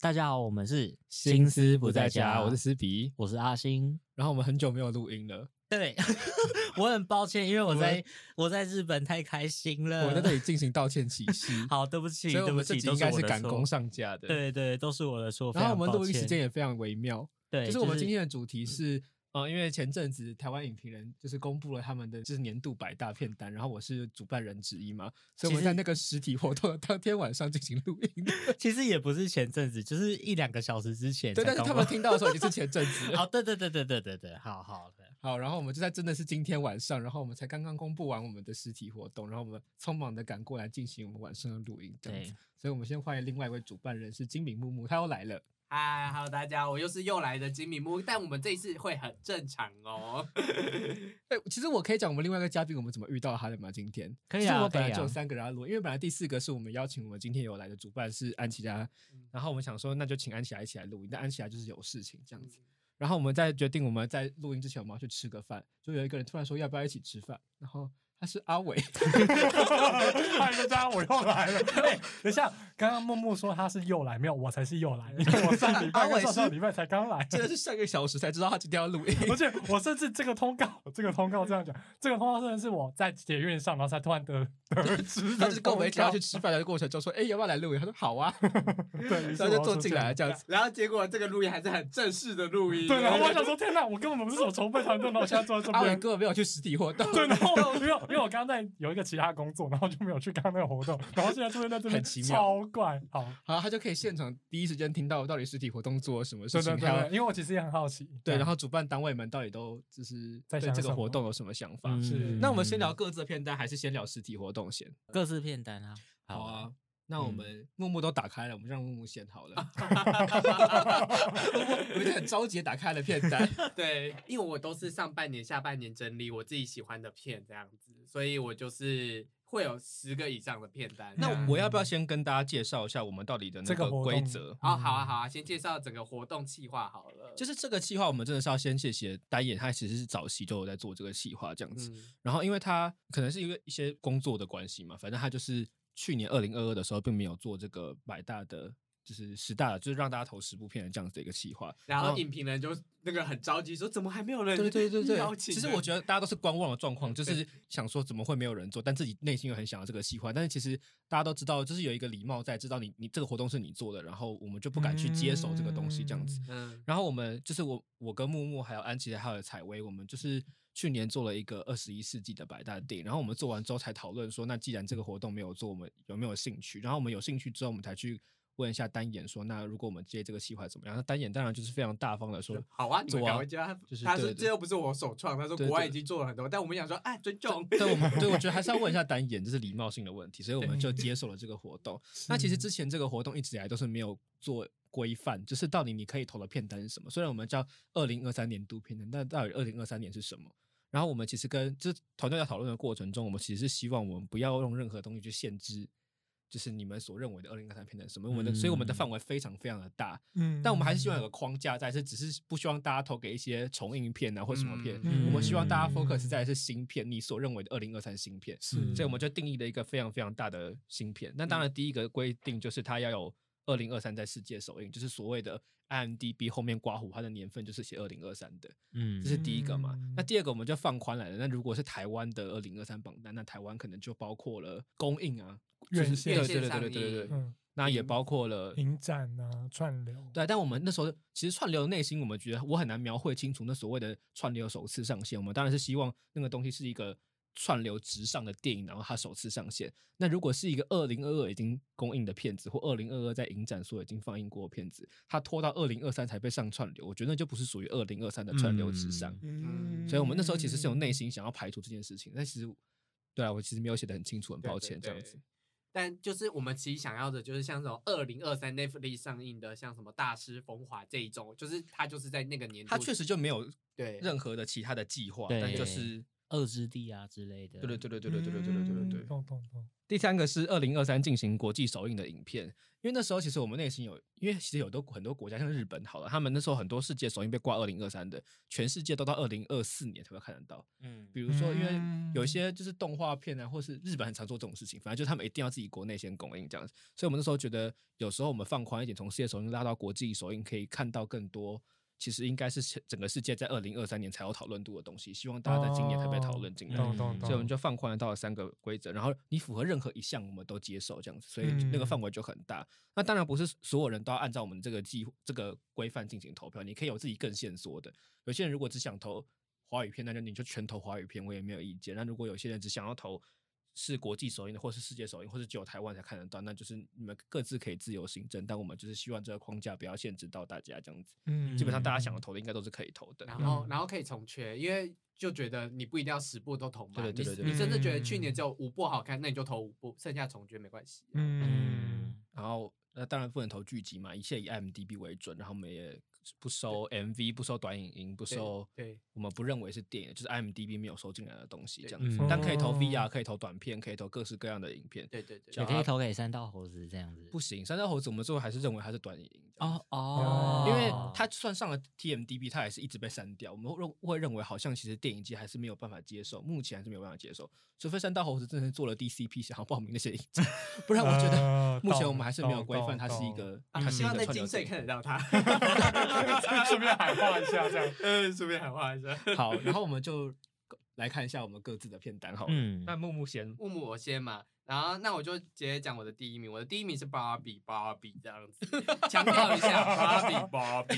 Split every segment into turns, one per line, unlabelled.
大家好，我们是
心思不在家，我是思比。
我是阿星。
然后我们很久没有录音了，
对，我很抱歉，因为我在我在日本太开心了。
我在这里进行道歉启示。
好，对不起，
所以我
对不
们这
起，
集
都
应该
我
是
的
赶
错
工。上架的。，
对对，都是我的错。
然后
非
我
常
们录
抱
音时
歉
间也非常微妙，
对，
就是我们今天的主题是。呃，因为前阵子台湾影评人就是公布了他们的就是年度百大片单，然后我是主办人之一嘛，所以我
其
们
实
在那个实体活动的当天晚上进行录音的。
其实也不是前阵子，就是一两个小时之前才
对，
刚
但是
刚。
他们听到的时候已经是前阵子了。
好，对对对对对对对，好好的。
好，然后我们就在真的是今天晚上，然后我们才刚刚公布完我们的实体活动，然后我们匆忙的赶过来进行我们晚上的录音，这样
对。
子
嗯
所以我们先欢迎另外一位主办人是金敏木木，他又来了。
嗨，Hello，大家，我又是又来的金米木，但我们这一次会很正常哦。
哎、其实我可以讲我们另外一个嘉宾我们怎么遇到他的吗？今天
可以啊
其实我本
可
来
以啊
就有三个人要录，因为本来第四个是我们邀请我们今天有来的主办是安琪拉，
嗯
然后我们想说那就请安琪拉一起来录音，但安琪拉就是有事情这
嗯
样子。然后我们在决定我们在录音之前我们要去吃个饭，就有一个人突然说要不要一起吃饭，然后他是阿伟。
嗨，大家，我又来了。哎、等一下，刚刚默默说他是又来，没有，我才是又来，因为我上礼
阿伟
拜
啊
跟
是
上上礼拜才刚 来。
真的是上个小时才知道他今天要 录音。
而且我甚至这个通告，这个通告这样讲，这个通告真的是我在捷运上，然后才突然得得知的通告。
他就是跟我们一起要去吃饭的过程中说：“哎、要不要来录音？”他说：“好啊。
对，于”是
然后
我要
就坐进来了
说
这样子。
然后结果这个录音还是很正式的录音，
这样。对，然
啊
后我想说，天哪，我根本不是什么筹备团队，然后我现在坐在这
阿伟
边。
根本没有去实体活动，
对，然后因为因为我刚刚在有一个其他工作，然后就没有去刚刚那个活动，然后现在出现在这边，
很奇妙
超怪。好，
好，他就可以现场第一时间听到到底实体活动做了什么事
对
情，
对
还
对，
有
因为我其实也很好奇。
对，然
后
后主办单位们到底都就是
在
对
想
这个
什么
活动有什么想法。
是
嗯
那我们先聊各自的片单，还是先聊实体活动先？
各自片单啊。
好啊，，那
嗯
我们木木都打开了，我们让木木先好 了。木木我就很着急地打开了片 单，
对，因为我都是上半年、下半年整理我自己喜欢的片这样子，所以我就是会有十个以上的片单。
那我要不要先跟大家介绍一下我们到底的那
嗯这个
个
活动嗯
规则？
哦，好啊，好啊，先介绍整个活动计划好了。，
就是是这个计划，我们真的是要先谢谢单眼，他其实是早期就有在做这个计划这样子。
嗯，
然后，因为他可能是因为一些工作的关系嘛，反正他就是去年二零二二的时候，并没有做这个百大的，就是十大，就是让大家投十部片的这样子的一个计划。
然后影评人就那个很着急说，怎么还没有人
对对对对
邀
对，
请啊
其
呢？
实我觉得大家都是观望的状况，就是想说怎么会没有人做，但自己内心又很想要这个计划，但是其实大家都知道，就是有一个礼貌在，知道你你这个活动是你做的，然后我们就不敢去接手这个东西这样子。
嗯，
然后我们就是我我跟木木还有安琪还有采薇，我们就是去年做了一个二十一世纪的百大电影，然后我们做完之后才讨论说，那既然这个活动没有做，我们有没有兴趣？然后我们有兴趣之后，我们才去问一下单眼说，那如果我们接这个计划怎么样？那单眼当然就是非常大方的说，
好啊，你们
做啊
赶快叫他
就是
他
对
说
对
这又不是我首创，他说
对
国外
对
已经做了很多，但我们想说，哎，尊重。
对，我们对我觉得还是要问一下单眼，这是礼貌性的问题，所以我们就接受了这个活动。那其实之前这个活动一直以来都是没有做规范，就是到底你可以投的片单是什么？虽然我们叫二零二三年度片单，但到底二零二三年是什么？然后我们其实跟就是团队在讨论的过程中，我们其实是希望我们不要用任何东西去限制，就是你们所认为的二零二三片单是什么。我们的、所以我们的范围非常非常的大，
嗯
但我们还是希望有个框架在，是只是不希望大家投给一些重映片啊或什么片，
嗯
我们希望大家
嗯
focus 在的是新片，你所认为的二零二三新片，
是
所以我们就定义了一个非常非常大的新片。那当然，第一个规定就是它要有二零二三在世界首映，就是所谓的 IMDB 后面刮胡，它的年份就是写二零二三的，
嗯
这是第一个嘛
嗯。
那第二个我们就放宽来了，那如果是台湾的二零二三榜单，那台湾可能就包括了公映啊，就是
院
对对对对
线
对
院线
对对对，
上
嗯，
那也包括了
影展啊，串流，
对，但我们那时候其实串流的内心，我们觉得我很难描绘清楚那所谓的串流首次上线。我们当然是希望那个东西是一个串流直上的电影，然后它首次上线。那如果是一个二零二二已经公映的片子，或二零二二在影展所已经放映过的片子，它拖到二零二三才被上串流，我觉得那就不是属于二零二三的串流直上。
嗯
所以我们那时候其实是有内心想要排除这件事情，但其实对啊，我其实没有写的很清楚，很
对
抱
对
歉这样
对
子。
但就是我们其实想要的，就是像这种二零二三 Netflix 上映的，像什么《大师风华》这一种，就是它就是在那个年度，
它确实就没有
对
任何的其他的计划，
对
但就是。
二之地啊之类的。
对对对对对对对对对对对对
嗯懂懂懂，
第三个是二零二三进行国际首映的影片，因为那时候其实我们内心有，因为其实有都很多国家，像日本好了，他们那时候很多世界首映被挂二零二三的，全世界都到二零二四年才会看得到。
嗯
比如说，因为
嗯
有一些就是动画片啊，或是日本很常做这种事情，反正就是他们一定要自己国内先供应这样子。所以我们那时候觉得，有时候我们放宽一点，从世界首映拉到国际首映，可以看到更多。其实应该是整整个世界在二零二三年才有讨论度的东西，希望大家在今年才被讨论进来。
哦懂懂懂，
所以我们就放宽了到了三个规则，然后你符合任何一项我们都接受这样子，所以那个范围就很大。那当然不是所有人都要按照我们这个计这个规范进行投票，你可以有自己更限缩的。有些人如果只想投华语片，那就你就全投华语片，我也没有意见。那如果有些人只想要投是国际首映的，或是世界首映，或是只有台湾才看得到，那就是你们各自可以自由行政，但我们就是希望这个框架不要限制到大家这样子。
嗯
基本上大家想要投的应该都是可以投的。
然后然后可以重缺，因为就觉得你不一定要十部都投满，
对对对对嗯
你
对
你真的觉得去年只有五部好看，那你就投五部，剩下重缺没关系。啊
嗯，
然后那当然不能投剧集嘛，一切以 IMDB 为准，然后我们也不收 MV，不收短影音，不
对
收
对
我们不认为是电影，就是 IMDB 没有收进来的东西
对
这样子
嗯。
但可以投
哦
VR，可以投短片，可以投各式各样的影片。
对对对
也
讲
对，
可以投给三道猴子这样子。
不行，三只猴子我们最后还是认为它是短影音这样子
哦哦，
因为它就算上了 TMDB，它也是一直被删掉。我们会会认为好像其实电影界还是没有办法接受，目前还是没有办法接受，除非三道猴子真的是做了 DCP 想要报名那些影集，不然我觉得
啊
得
目前我们还是没有规范，它是一个，
啊
它是
希
一
望
个
在
串流
金穗
电影
看得 到 他，
顺便喊话一下这样。
嗯，顺便喊话一下。
好，然后我们就来看一下我们各自的片单好了。
嗯
那木木先，
木木我先嘛，然后那我就直接讲我的第一名，我的第一名是芭比芭比这样子， 强调一下芭比芭 比。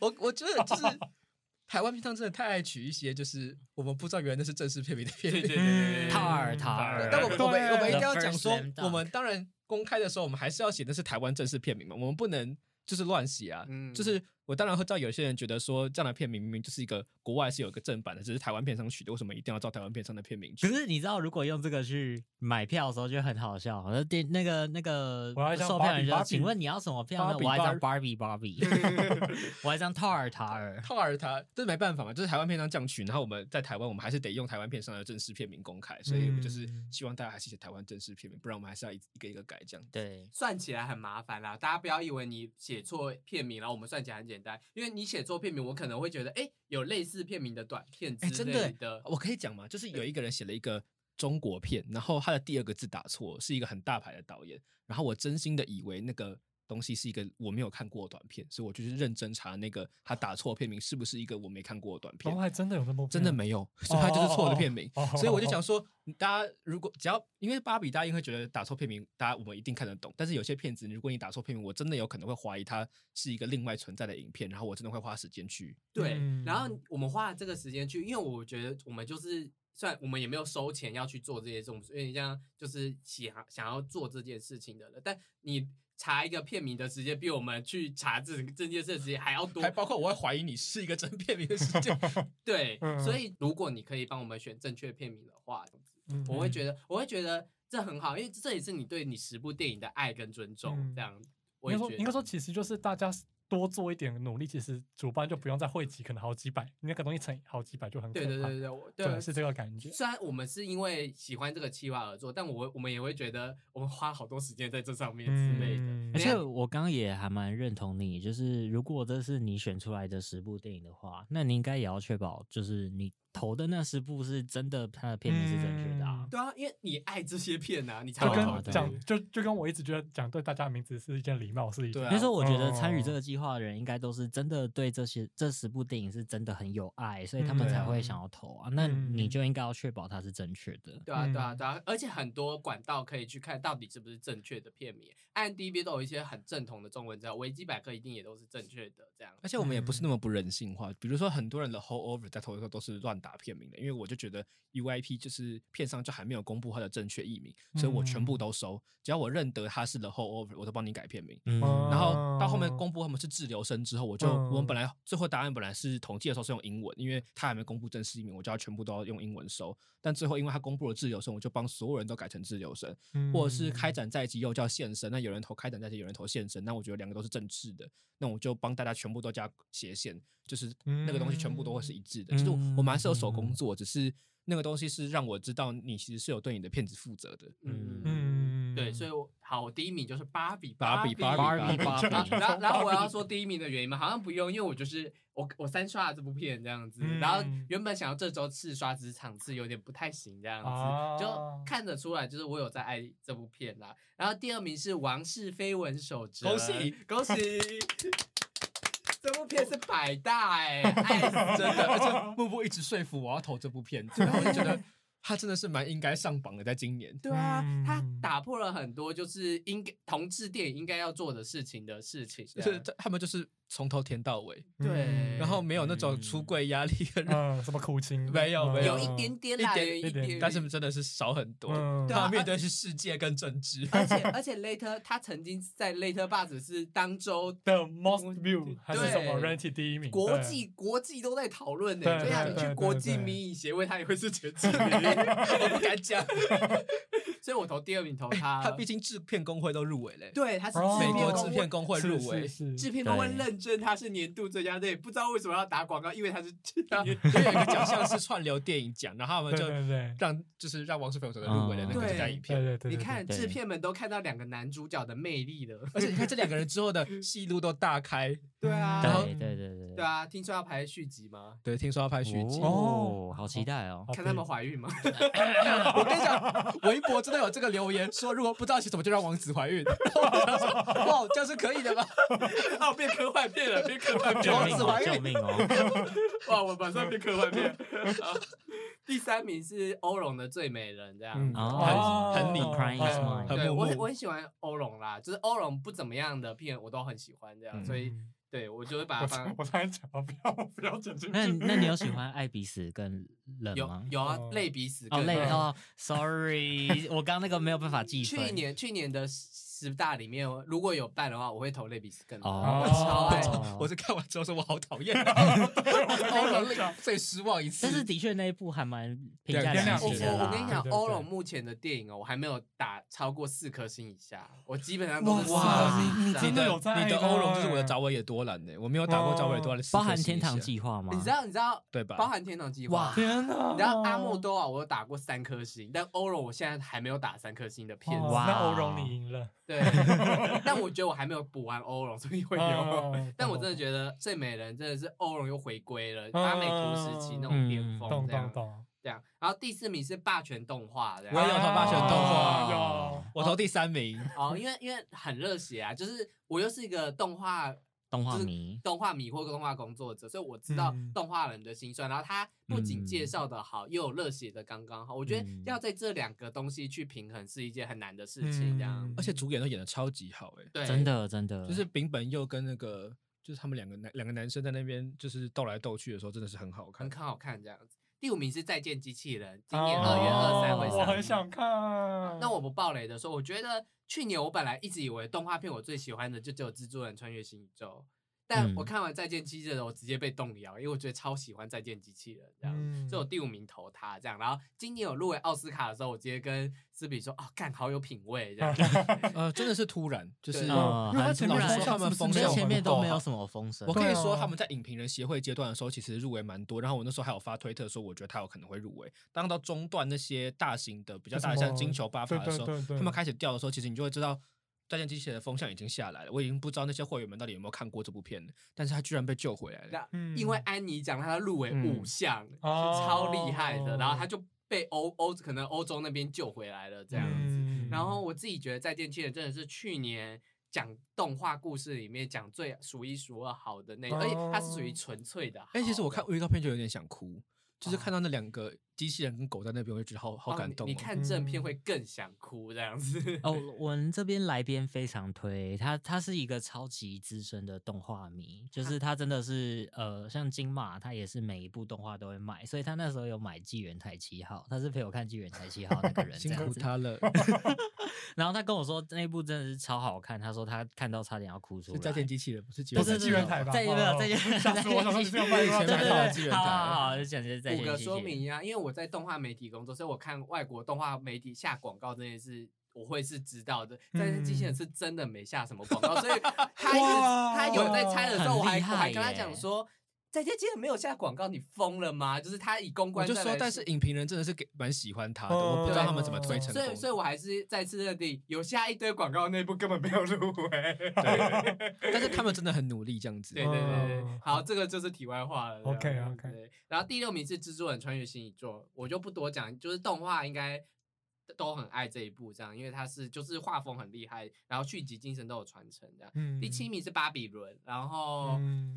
我我觉得就是 台湾平常真的太爱取一些就是我们不知道原来那是正式片名的片
对对
名，
对对，
塔尔塔
对
尔，
但我们我们我们一定
The
要讲
first
说
slam，dunk
我们当然公开的时候，我们还是要写的是台湾正式片名嘛，我们不能就是乱写啊。
嗯
就是我当然会知道有些人觉得说这样的片名明明就是一个国外是有一个正版的，只是台湾片商取的，为什么一定要照台湾片商的片名取
可？是你知道，如果用这个去买票的时候就很好笑。那电那个那个
我要一张
售票人
Barbie，
说：“
Barbie
请问你要什么票呢？”
，Barbie，
我还张 Barbie Barbie，我还张塔尔塔尔。
套尔他，这没办法嘛，就是台湾片商降取，然后我们在台湾，我们还是得用台湾片商的正式片名公开，所以我就是
嗯
希望大家还是写台湾正式片名，不然我们还是要一一个一个改这样。
对，
算起来很麻烦啦，大家不要以为你写错片名，然后我们算起来很简单，因为你写错片名，我可能会觉得，哎、有类似片名的短片
哎、
之
真
类
的
的。
欸，我可以讲嘛，就是有一个人写了一个中国片，然后他的第二个字打错，是一个很大牌的导演，然后我真心的以为那个。东西是一个我没有看过的短片，所以我就是认真查那个他打错片名是不是一个我没看过的短片
然后。还真的有那么
真的没有，所以它就是错的片名
哦哦哦哦。
所以我就想说，大家如果只要因为芭比，大家应该觉得打错片名，大家我们一定看得懂。但是有些片子，如果你打错片名，我真的有可能会怀疑它是一个另外存在的影片，然后我真的会花时间去。
对，
嗯
然后我们花了这个时间去，因为我觉得我们就是算我们也没有收钱要去做这些事，我们有点像就是想想要做这件事情的人。但你查一个片名的时间，比我们去查这这件事情还要多
还，包括我会怀疑你是一个真片名的时间，
对
嗯，
所以如果你可以帮我们选正确片名的话，
嗯，
我会觉得，我会觉得这很好，因为这也是你对你十部电影的爱跟尊重。
嗯
这样，我也
应该
觉
说
得
应该说，其实就是大家多做一点努力，其实主办就不用再汇集可能好几百，你那个东西乘以好几百就很可
对
怕。
对对对，我
对，是这个感觉。
虽然我们是因为喜欢这个企划而做，但我会我们也会觉得我们花好多时间在这上面之类的。
嗯
而且我刚刚也还蛮认同你，就是如果这是你选出来的十部电影的话，那你应该也要确保，就是你投的那十部是真的，它的片名是正确的
嗯
啊。
对啊，因为你爱这些片啊，你才
嗯就
会投
好的
跟
的。
讲，就就跟我一直觉得讲对大家的名字是一件礼貌，是一件
对啊
那时候我觉得参
哦
与这个计划的人，应该都是真的对这些这十部电影是真的很有爱，所以
嗯
他们才会想要投啊。那你就应该要确保它是正确的。
对啊，对啊，
嗯
对啊，而且很多管道可以去看到底是不是正确的片名，IMDB 都有一些很正统的中文资料，维基百科一定也都是正确的这样。
而且我们也不是那么不人性化。比如说，很多人的 hold over 在投的时候都是乱打片名的，因为我就觉得 UIP 就是片商就还没有公布它的正确译名，所以我全部都收，只要我认得它是 the hold over，我都帮你改片名。
嗯，
然后到后面
哦
公布他们是滞留生之后，我就、我们本来最后答案本来是统计的时候是用英文，因为他还没公布正式译名，我就要全部都要用英文收。但最后因为他公布了滞留生，我就帮所有人都改成滞留生，
嗯
或者是开
嗯
展在即又叫现身。那有人投开展在即，有人投现身，那我觉得两个都是正式的，那我就帮大家全部都加斜线，就是那个东西全部都会是一致的。就是我我们还是有手
嗯
工做，只是那个东西是让我知道你其实是有对你的骗子负责的。
嗯
嗯。嗯
对，所以我好，我第一名就是芭比，
芭比
比，
芭
芭
比
比芭比
然
芭
后
比
然后然后我要说第一名的原因嘛，好像不用，因为我就是我我三刷了这部片这样子，
嗯
然后原本想要这周次刷，只是场次有点不太行这样子，
啊
就看得出来就是我有在爱这部片啦。然后第二名是《王室绯闻守则》，
恭喜
恭喜！ 这部片是百大哎、爱死
真
真
的，
的，
而且幕布一直说服我要投这部片子，然后我就觉得 他真的是蛮应该上榜的，在今年。
对啊，他
嗯
打破了很多就是应该同志电影应该要做的事情的事情，
就是他他们就是从头填到尾，
对
然后没有那种出
嗯
柜压力的
哦
人，
嗯，什么苦情嗯
没有没
有一点点啦，
啊一点
有一
一点
点，
但是真的是少很多。
嗯
他们面对是世界跟政 治，
而且而且 later 他曾经在 later buzz 是当周
的 most view 还是什么
对
rank 第一名，
国
对
际国际都在讨论呢，
对
对啊，
对
你
对
去
对
国际
对
迷影协会，他也会 是前几名，
我不敢讲。
所以我投第二名投他，
他毕竟制片工会都入围嘞，
对他是
哦
制
美
片
国
工
制片
会。
工会入围
是，是
制
是，
片工会
对
认证他是年度最佳电影，不知道为什么要打广告，因为他是
因为有一个奖项是串流电影奖，然后他们
对
就
对对
让就是让王世友走的入围的那个最佳影
对
片。
对对，
你
对
看
对
制片们都看到两个男主角的魅力了，
而且你看这两个人之后的戏路都大开，
对啊
然后
对对对对
对啊，听说要拍续集吗？
对，听说要拍续集。
哦，好期待哦
好！
看他们怀孕吗？
我跟你讲，微博真的有这个留言说，如果不知道写什么就让王子怀孕。 然后我想说，哇，这样是可以的吗？
哦，变科幻片了，变科幻
救
片
王
命
子
哦
怀，孕
救命哦！
哇，我马上变科幻片。好第三名是欧容的《最美人》这样。
嗯
哦
很很你
Crying is mine
嗯
很
对
木
我很
木
我很喜欢欧容啦，就是欧容不怎么样的片我都很喜欢这样，
嗯
所以对我就会把它
我
放。
我差点讲了，不要不要剪进去。
那那你有喜欢爱彼此更冷
有
吗？
有啊
哦，
类比死
哦，
更
累
美
哦，sorry，我刚那个没有办法记分。
去年去年的十大里面，如果有办的话，我会投类比死更美。
哦
我 超爱。
哦
我是看完之后说，我好讨厌，啊
我
欧
刚
文
讲
最失望一次。
但是的确那一部还蛮评
对
价
天亮
良
我
心的
哦
啦。
我我跟你
对
讲
对，对
欧龙目前的电影哦，我还没有打超过四颗星以下，我基本上都是四
哇
颗星以
你
上
真的有在
你的欧龙就是我的
哎
找我也多兰呢，我没有打过找我也多兰，
包含天堂，
啊
计划吗？
你知道你知道
对吧
包含天堂计划
哇。
天哪！
你知道阿莫多瓦我有打过三颗星，但欧龙我现在还没有打三颗星的片子。
哇
哦
哦
那欧容你赢了，
对， 但我觉得我还没有补完欧龙，所以会有。
哦
但我真的觉得《最美人》真的是欧龙又回归
嗯
了阿美族时期那种巅峰这
懂嗯懂
样
懂，
这样。然后第四名是霸权动画，这样
我也有投霸权动画
有
我投第三名。
哦，因为因为很热血啊，就是我又是一个动画
动画迷，
动画迷或动画工作者，所以我知道
嗯
动画人的辛酸。然后他不仅
嗯
介绍的好，又有热血的刚刚好。我觉得
嗯
要在这两个东西去平衡是一件很难的事情，这样
嗯
而且主演都演的超级好哎，
对，
真的真的
就是丙本佑跟那个就是他们两个男两个男生在那边就是斗来斗去的时候，真的是很好看
很。很好看这样子。第五名是《再见机器人》，今
哦
年二月二三会上映
哦
我很想看。
那
嗯
我不爆雷的说，我觉得去年我本来一直以为动画片我最喜欢的就只有《蜘蛛人穿越新宇宙》，但
嗯
我看完《再见机器人》，我直接被动摇，因为我觉得超喜欢《再见机器人》这样。
嗯，
所以我第五名投他这样，然后今年有入围奥斯卡的时候，我直接跟斯比说：“哦，干好有品味这样。
呃，真的是突然，就是
对
嗯
因为他
很
前
突
面
然
风向
他们
是不
风
是
没
向
有
很
前面
高
都
啊
没有什么风声
我。可以
对啊
说他们在影评人协会阶段的时候，其实入围蛮多，然后我那时候还有发推特说，我觉得他有可能会入围。当到中段那些大型的比较大的
什么
像金球、巴法的时候，
对对对对
他们开始掉的时候，其实你就会知道。再见机器人的风向已经下来了，我已经不知道那些会员们到底有没有看过这部片了，但是他居然被救回来了。
那 因为安妮讲她入围五项，是
嗯哦
超厉害的，然后她就被欧欧可能欧洲那边救回来了这样子。
嗯
然后我自己觉得《再见机器人》真的是去年讲动画故事里面讲最数一数二好的那，
哦
而且它是属于纯粹的好。
哎、其实我看
哦
预告片就有点想哭，就是
哦
看到那两个机器人跟狗在那边，我就觉得好好感动、哦
你。你看正片会更想哭这样子。
哦，我们这边来宾非常推他，他是一个超级资深的动画迷，就是他真的是呃，像金马，他也是每一部动画都会买，所以他那时候有买《纪元台七号》，他是陪我看《纪元台七号》那个人，这
辛
样
苦
子。
他了，
然后他跟我说那一部真的是超好看，他说他看到差点要哭出
是
来。
再见机器人，不是机
不
是
是
纪元台吧
再见，
哦
再见，
吓死我想说你是有卖啊
对
过
对
买到的纪
对，
元
好
台
好好，就讲这再
补
见。
个
谢
说
谢
明一下，因为我在动画媒体工作，所以我看外国动画媒体下广告这件事。我会是知道的，但是机器人是真的没下什么广告，所以他一直
哇
他有在猜的时候，我还
很厉害
我还跟他
耶
讲说，再见记得没有下广告，你疯了吗？就是他以公
我
关
就
再
说
来，
但是影评人真的是给蛮喜欢他的，
嗯
我不知道他们怎么推成
所以，所以
功。
我还是再次认定，有下一堆广告那部根本没有入围。
对，但是他们真的很努力这样子哦
对。对对对
嗯，
好，这个就是题外话了。
OK，OK
这样子对然后第六名是《蜘蛛人穿越新一座》，我就不多讲，就是动画应该都很爱这一部，这样，因为它是就是画风很厉害，然后续集精神都有传承，这样。
嗯
第七，名是《巴比伦》，然后
嗯，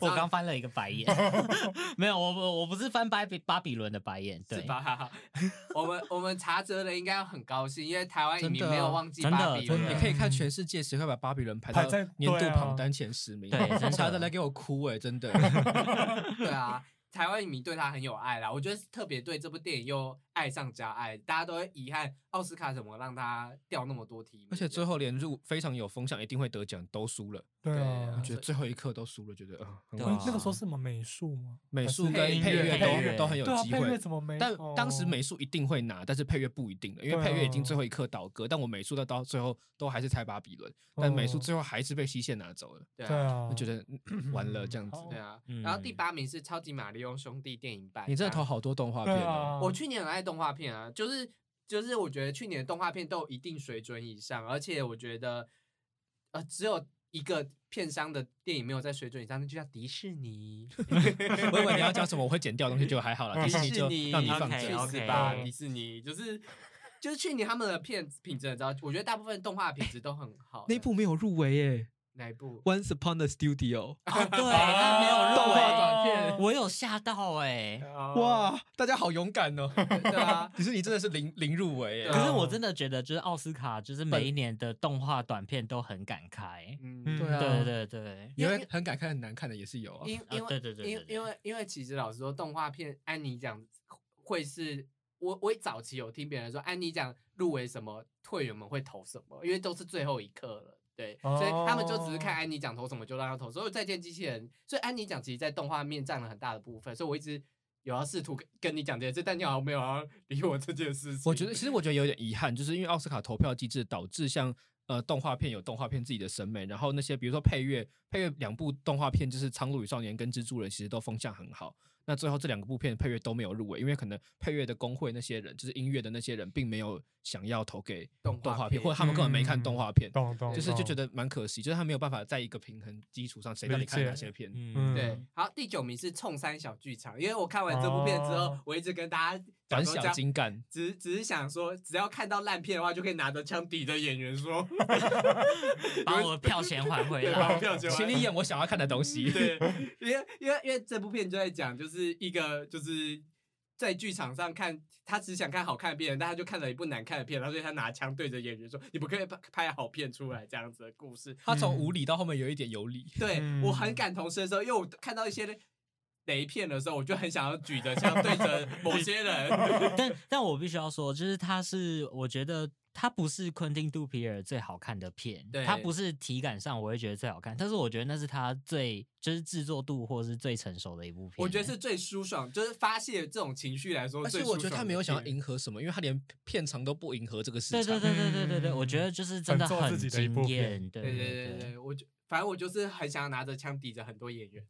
我
我
刚翻了一个白眼， 没有，我我我不是翻巴比巴比伦的白眼，
是
对，
吧？ 我们我们查哲人应该要很高兴，因为台湾影迷
真的
没有忘记
真的
巴比
真的
你
伦
可。以看全世界谁会把巴比伦排到
排在
年度
对啊
榜单前十名？
对真的
查的来给我哭哎，真的。
对啊，台湾影迷对他很有爱啦。我觉得特别对这部电影又爱上加爱，大家都会遗憾奥斯卡怎么让他掉那么多提名
而且最后连入非常有风向，一定会得奖都输了。
对
对
我
啊
啊。
觉得最后一刻都输了，觉得嗯，很
对
惋
啊
惜
那个时候是什么美术吗？
美术跟
还是
配
配
乐配
乐
乐
都都很有
对啊，
机
配乐
会。
怎么没？
但当时
哦
美术一定会拿，但是配乐不一定的，因为
对
配乐已经
啊
最后一刻倒戈，但我美术到到最后都还是猜巴比伦，但美术
哦
最后还是被西线拿走了，
对
对
啊，
啊，
我觉 得嗯完了这样子。
对啊
嗯。
然后第八名是《超级马里奥兄弟》电影版。
你真的
这样
投好多动画
对
片哦，
啊，
我去年很爱动画片啊，就是就是，我觉得去年的动画片都有一定水准以上，而且我觉得，呃，只有一个片商的电影没有在水准以上，那就叫迪士尼。
我以为你要讲什么，我会剪掉的东西就还好 了，迪士尼嗯就让你放
，OK，
去
着。
死吧，
OK
迪士尼！就是就是去年他们的片品质很糟，我觉得大部分动画品质都很好。
那部没有入围耶
哪一部？
，Once Upon a Studio，
哦，
啊
对，他没有
动
入
画
围，
短片
我有吓到哎、
哇，
哇，大家好勇敢 哦！
对啊，
迪士尼真的是零零入围耶
对
可
啊。
是我真的觉得，就是奥斯卡，就是每一年的动画短片都很敢开。
嗯，
对啊
对对对，
因为很敢看、很难看的也是有啊。
因
啊
因为、
对对对
因
对对
因为因为其实老实说，动画片安妮奖会是我我早期有听别人说安妮奖入围什么，队员们会投什么，因为都是最后一刻了。对，所以他们就只是看
哦
安妮奖投什么就让他投，所以再见机器人，所以安妮奖其实在动画面占了很大的部分，所以我一直有要试图跟跟你讲这件事，但你好像没有要理我这件事情。
我觉得，其实我觉得有点遗憾，就是因为奥斯卡投票机制导致像呃动画片有动画片自己的审美，然后那些比如说配乐，配乐两部动画片就是《苍鹭与少年》跟《蜘蛛人》，其实都风向很好。那最后这两个部片的配乐都没有入围，因为可能配乐的工会那些人，就是音乐的那些人，并没有想要投给
动
动
画
画
片
片，或者他们根本没看动画片，
懂懂，
就是就
懂
觉得蛮可惜，就是他没有办法在一个平衡基础上，谁让你
理
看
解
哪些片？
嗯，
对
嗯，
好，第九名是《冲三小剧场》，因为我看完这部片之后，
哦
我一直跟大家讲
短
说这
小
样
精干，
只只是想说，只要看到烂片的话，就可以拿着枪抵着演员说，
把我的票钱还回
对吧？
来。
票钱
请你演我想要看的东西。
对，因为因为因为这部片就在讲，就是一个就是在剧场上看，他只想看好看的片，但他就看了一部难看的片，然后所以他拿枪对着演员说：“你不可以拍拍好片出来。”这样子的故事，
他从无理到后面有一点有理。
对、
嗯
我很感同身受，因为我看到一些雷片的时候，我就很想要举着枪对着某些人。
但但我必须要说，就是它是，我觉得它不是昆汀杜皮尔最好看的片
对，
它不是体感上我会觉得最好看，但是我觉得那是它最就是制作度或是最成熟的一部片。
我觉得是最舒爽，就是发泄这种情绪来说
而
最
且
舒爽的片。
我觉得他没有想要迎合什么，因为他连片长都不迎合这个市
对。
场。嗯
对对对对对对，
嗯
我觉得就是真的
很做
很
自己的一部
惊
片
艳，对
对对
对
对对，我就反正我就是很想要拿着枪抵着很多演员。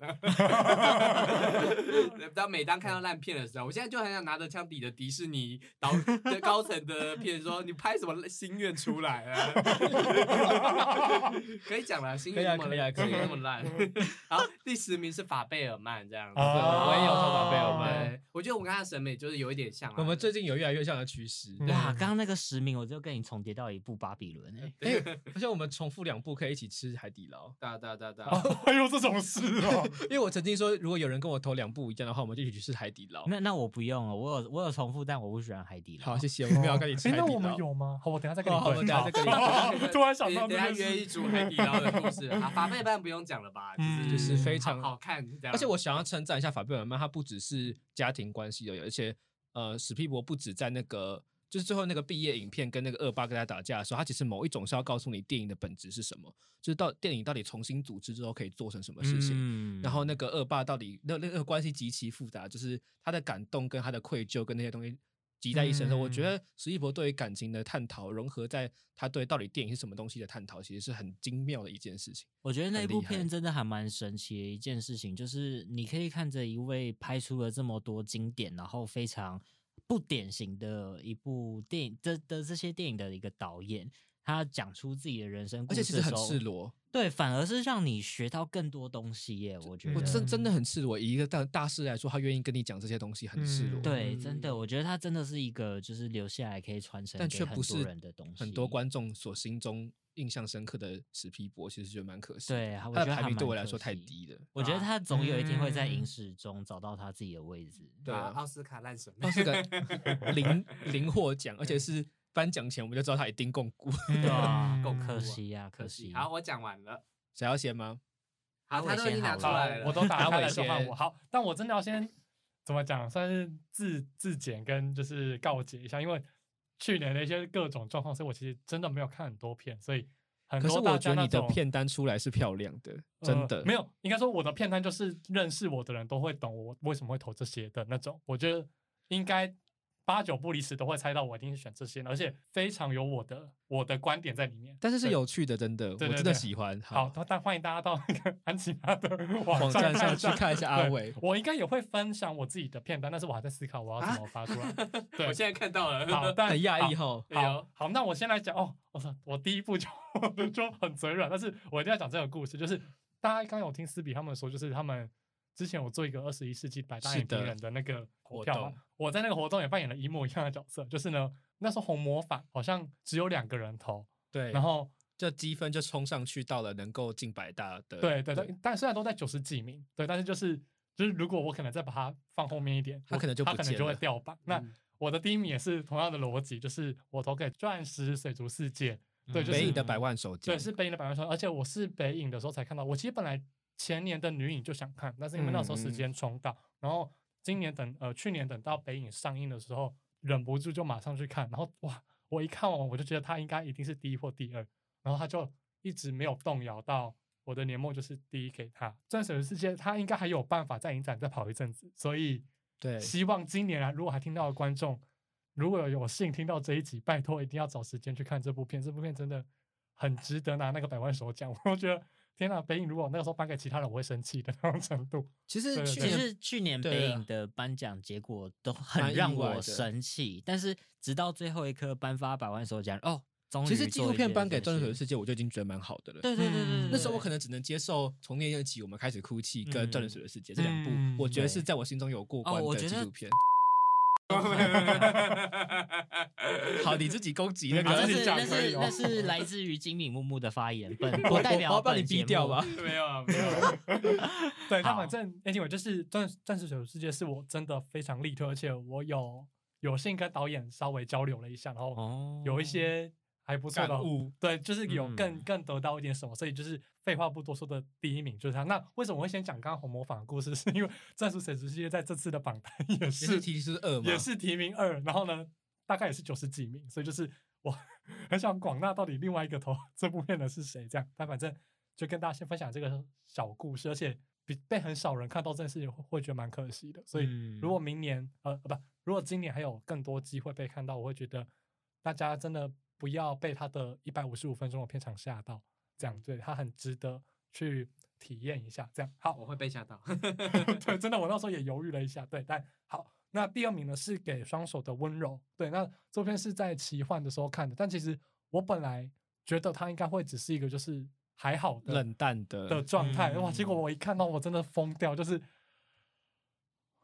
当每当看 到烂片的时候，我现在就很想拿着枪抵着迪士尼导的高层的片说：“你拍什么心愿出来啊？” 可以讲了，心愿那么
可以啊可以啊可以啊
那么烂。 然后第十名是法贝尔曼这样子，
哦
我也有投法贝尔曼
对，我觉得我跟他的审美就是有一点像啊。
我们最近有越来越像的趋势。
嗯
哇，刚刚那个实名，我就跟你重叠到一部《巴比伦》哎，
哎， 而且我们重复两部可以一起吃海底捞。
对啊对啊对啊
哦
对啊
啊，还有这种事哦，
因为我曾经说，如果有人跟我投两部一样的话，我们就一起去吃海底捞。
那那我不用了，我有我有重复，但我不喜欢海底捞。
好，谢谢，我们要
哦
跟你吃
诶
海
那
底
我们
捞。
有吗？好，我等一下再跟
哦
你
好我
问。
等一下再跟你
好突然想到
等
这
一下
件
约一
事，
组海底捞的故事 啊，法贝班不用讲了吧，就是
嗯
就是非常
好好看这样。
而且我想要称赞一下法贝尔曼，他不只是家庭关系的，而且呃，史皮博不止在那个。就是最后那个毕业影片跟那个恶霸跟他打架的时候，他其实某一种是要告诉你电影的本质是什么，就是到电影到底重新组织之后可以做成什么事情。
嗯
然后那个恶霸到底那那个关系极其复杂，就是他的感动跟他的愧疚跟那些东西集在一身的时候，我觉
嗯
得史一博对于感情的探讨，融合在他对到底电影是什么东西的探讨，其实是很精妙的一件事情。
我觉得那
很
部
厉害
片真的还蛮神奇的一件事情，就是你可以看着一位拍出了这么多经典，然后非常不典型的一部电影这的这些电影的一个导演，他讲出自己的人生故
而
事
且
的
其
时候，
实很赤裸，
对，反而是让你学到更多东西耶。我觉得，
我真
嗯
真的很赤裸。以一个大大师来说，他愿意跟你讲这些东西，很赤裸。
嗯
对，真的，我觉得他真的是一个就是留下来可以传承
但
给
却
很
不
多
是
人的东西，
很多观众所心中印象深刻的史皮博，其实觉得蛮可惜。
对我觉
他
得
的排
还
名对
蛮
我来
可
说太
惜
低了。
我觉得他总有一天会在
嗯
影史中找到他自己的位置。
对
啊
啊，
奥斯卡烂神，
他 是个 零零获奖，而且是颁奖前我们就知道他一定共股。
对啊，
嗯
够
可
可
惜
惜呀、可惜。
好，我讲完了，
谁要先吗？
好，
那我
他都已
先
经拿
好
出
了
好
来了，
我都打开
打
了，
尾
就换
先
我。好，但我真的要先怎么讲，算是自自检跟就是告解一下，因为去年的一些各种状况，所以我其实真的没有看很多片，所以很
可是
多大
我觉
家
得
那
你的
种
片单出来是漂亮的，真的
呃、没有，应该说我的片单就是认识我的人都会懂我为什么会投这些的那种。我觉得应该八九不离十都会猜到我一定是选这些，而且非常有我的我的观点在里面。
但是是
对
有趣的，真的，我
对对
真的
对
喜欢。
好，，但欢迎大家到那个安琪拉的网
网站上
上
去看一下阿
对
伟。
我应该也会分享我自己的片单，但是我还在思考我
啊
要怎么发出 来。对，
我现在看到了，
好，但
很讶异
好
哈，
哎
好
呦
好，那我先来讲哦，我操，我第一步就 就很嘴软，但是我一定要讲这个故事，就是大家刚刚有听斯比他们说，就是他们之前有做一个二十一世纪百大
是
影评
的
人的那个
活
投票
动
嘛，我在那个活动也扮演了一模一样的角色，就是呢，那时候红魔法好像只有两个人投，
对
然后
这积分就冲上去到了能够进百大的。
对对对，但虽然都在九十几名，对，但是就是就是如果我可能再把它放后面一点，
它
我
可能就
它
不
可能
见
就会
了
掉榜。那
嗯
我的第一名也是同样的逻辑，就是我投给钻石水族世界，对，就
嗯北
是
影的百万手机。
对，是北影的百万双，而且我是北影的时候才看到。我其实本来前年的女影就想看，但是因为那时候时
嗯嗯
间冲到，然后今年等呃去年等到北影上映的时候，忍不住就马上去看，然后哇，我一看完我就觉得它应该一定是第一或第二，然后它就一直没有动摇到。我的年末就是第一给他，《钻石的世界》他应该还有办法在影展再跑一阵子，所以
对
希望今年啊，如果还听到的观众，如果有有幸听到这一集，拜托一定要找时间去看这部片，这部片真的很值得拿那个百万首奖。我觉得天哪、北影如果那个时候颁给其他人，我会生气的那种程度。
其实
对
去
其
对
年
实去年
对
北
啊
影的颁奖结果都很
蛮意
让
外
我
的
生气，但是直到最后一刻颁发百万首奖，哦，终于
其实纪
做
录
一
片
件
颁给
这
《钻石的
事
世界》，我就已经觉得蛮好的了。
对对对对对
嗯，
那时候我
对
可能只能接受从那一集我们开始哭泣跟《断了水的世界》这两部，
嗯
我觉得
对
是在我心中有过
哦
关
我
的
觉
纪
得
录片。 好，你自己攻击那
啊
那
个
自己
是
讲
那
可以
是
哦
那是来自于金敏木木的发言，本
我
不代
我我
表
要帮你
本节
毙掉
目
吧。
没有啊，没有啊，
对，但
好
反正 anyway，就是《钻钻石手世界》是我真的非常力推，而且我有有幸跟导演稍微交流了一下，然后
哦
有一些还不错的
感悟
对，就是有更
嗯
更得到一点什么，所以就是废话不多说的第一名就是他。那为什么我会先讲刚刚红模仿的故事？是因为《战术水族世界》在这次的榜单也
也
是
是提示二嘛，
也是提名二，然后呢，大概也是九十几名，所以就是我 很想广纳到底另外一个投这部片的是谁这样。但反正就跟大家先分享这个小故事，而且比被很少人看到这件事情会会觉得蛮可惜的。所以
嗯
如果明年、呃不，如果今年还有更多机会被看到，我会觉得大家真的不要被他的一百五十五分钟的片场吓到，这样对他很值得去体验一下。这样 好，
哦我会被吓到。
对，真的，我那时候也犹豫了一下。对，但好，那第二名呢是给双手的温柔。对，那这部片是在奇幻的时候看的，但其实我本来觉得它应该会只是一个就是还好的
冷淡的
的状态，哇！结果
嗯
我一看到我真的疯掉，就是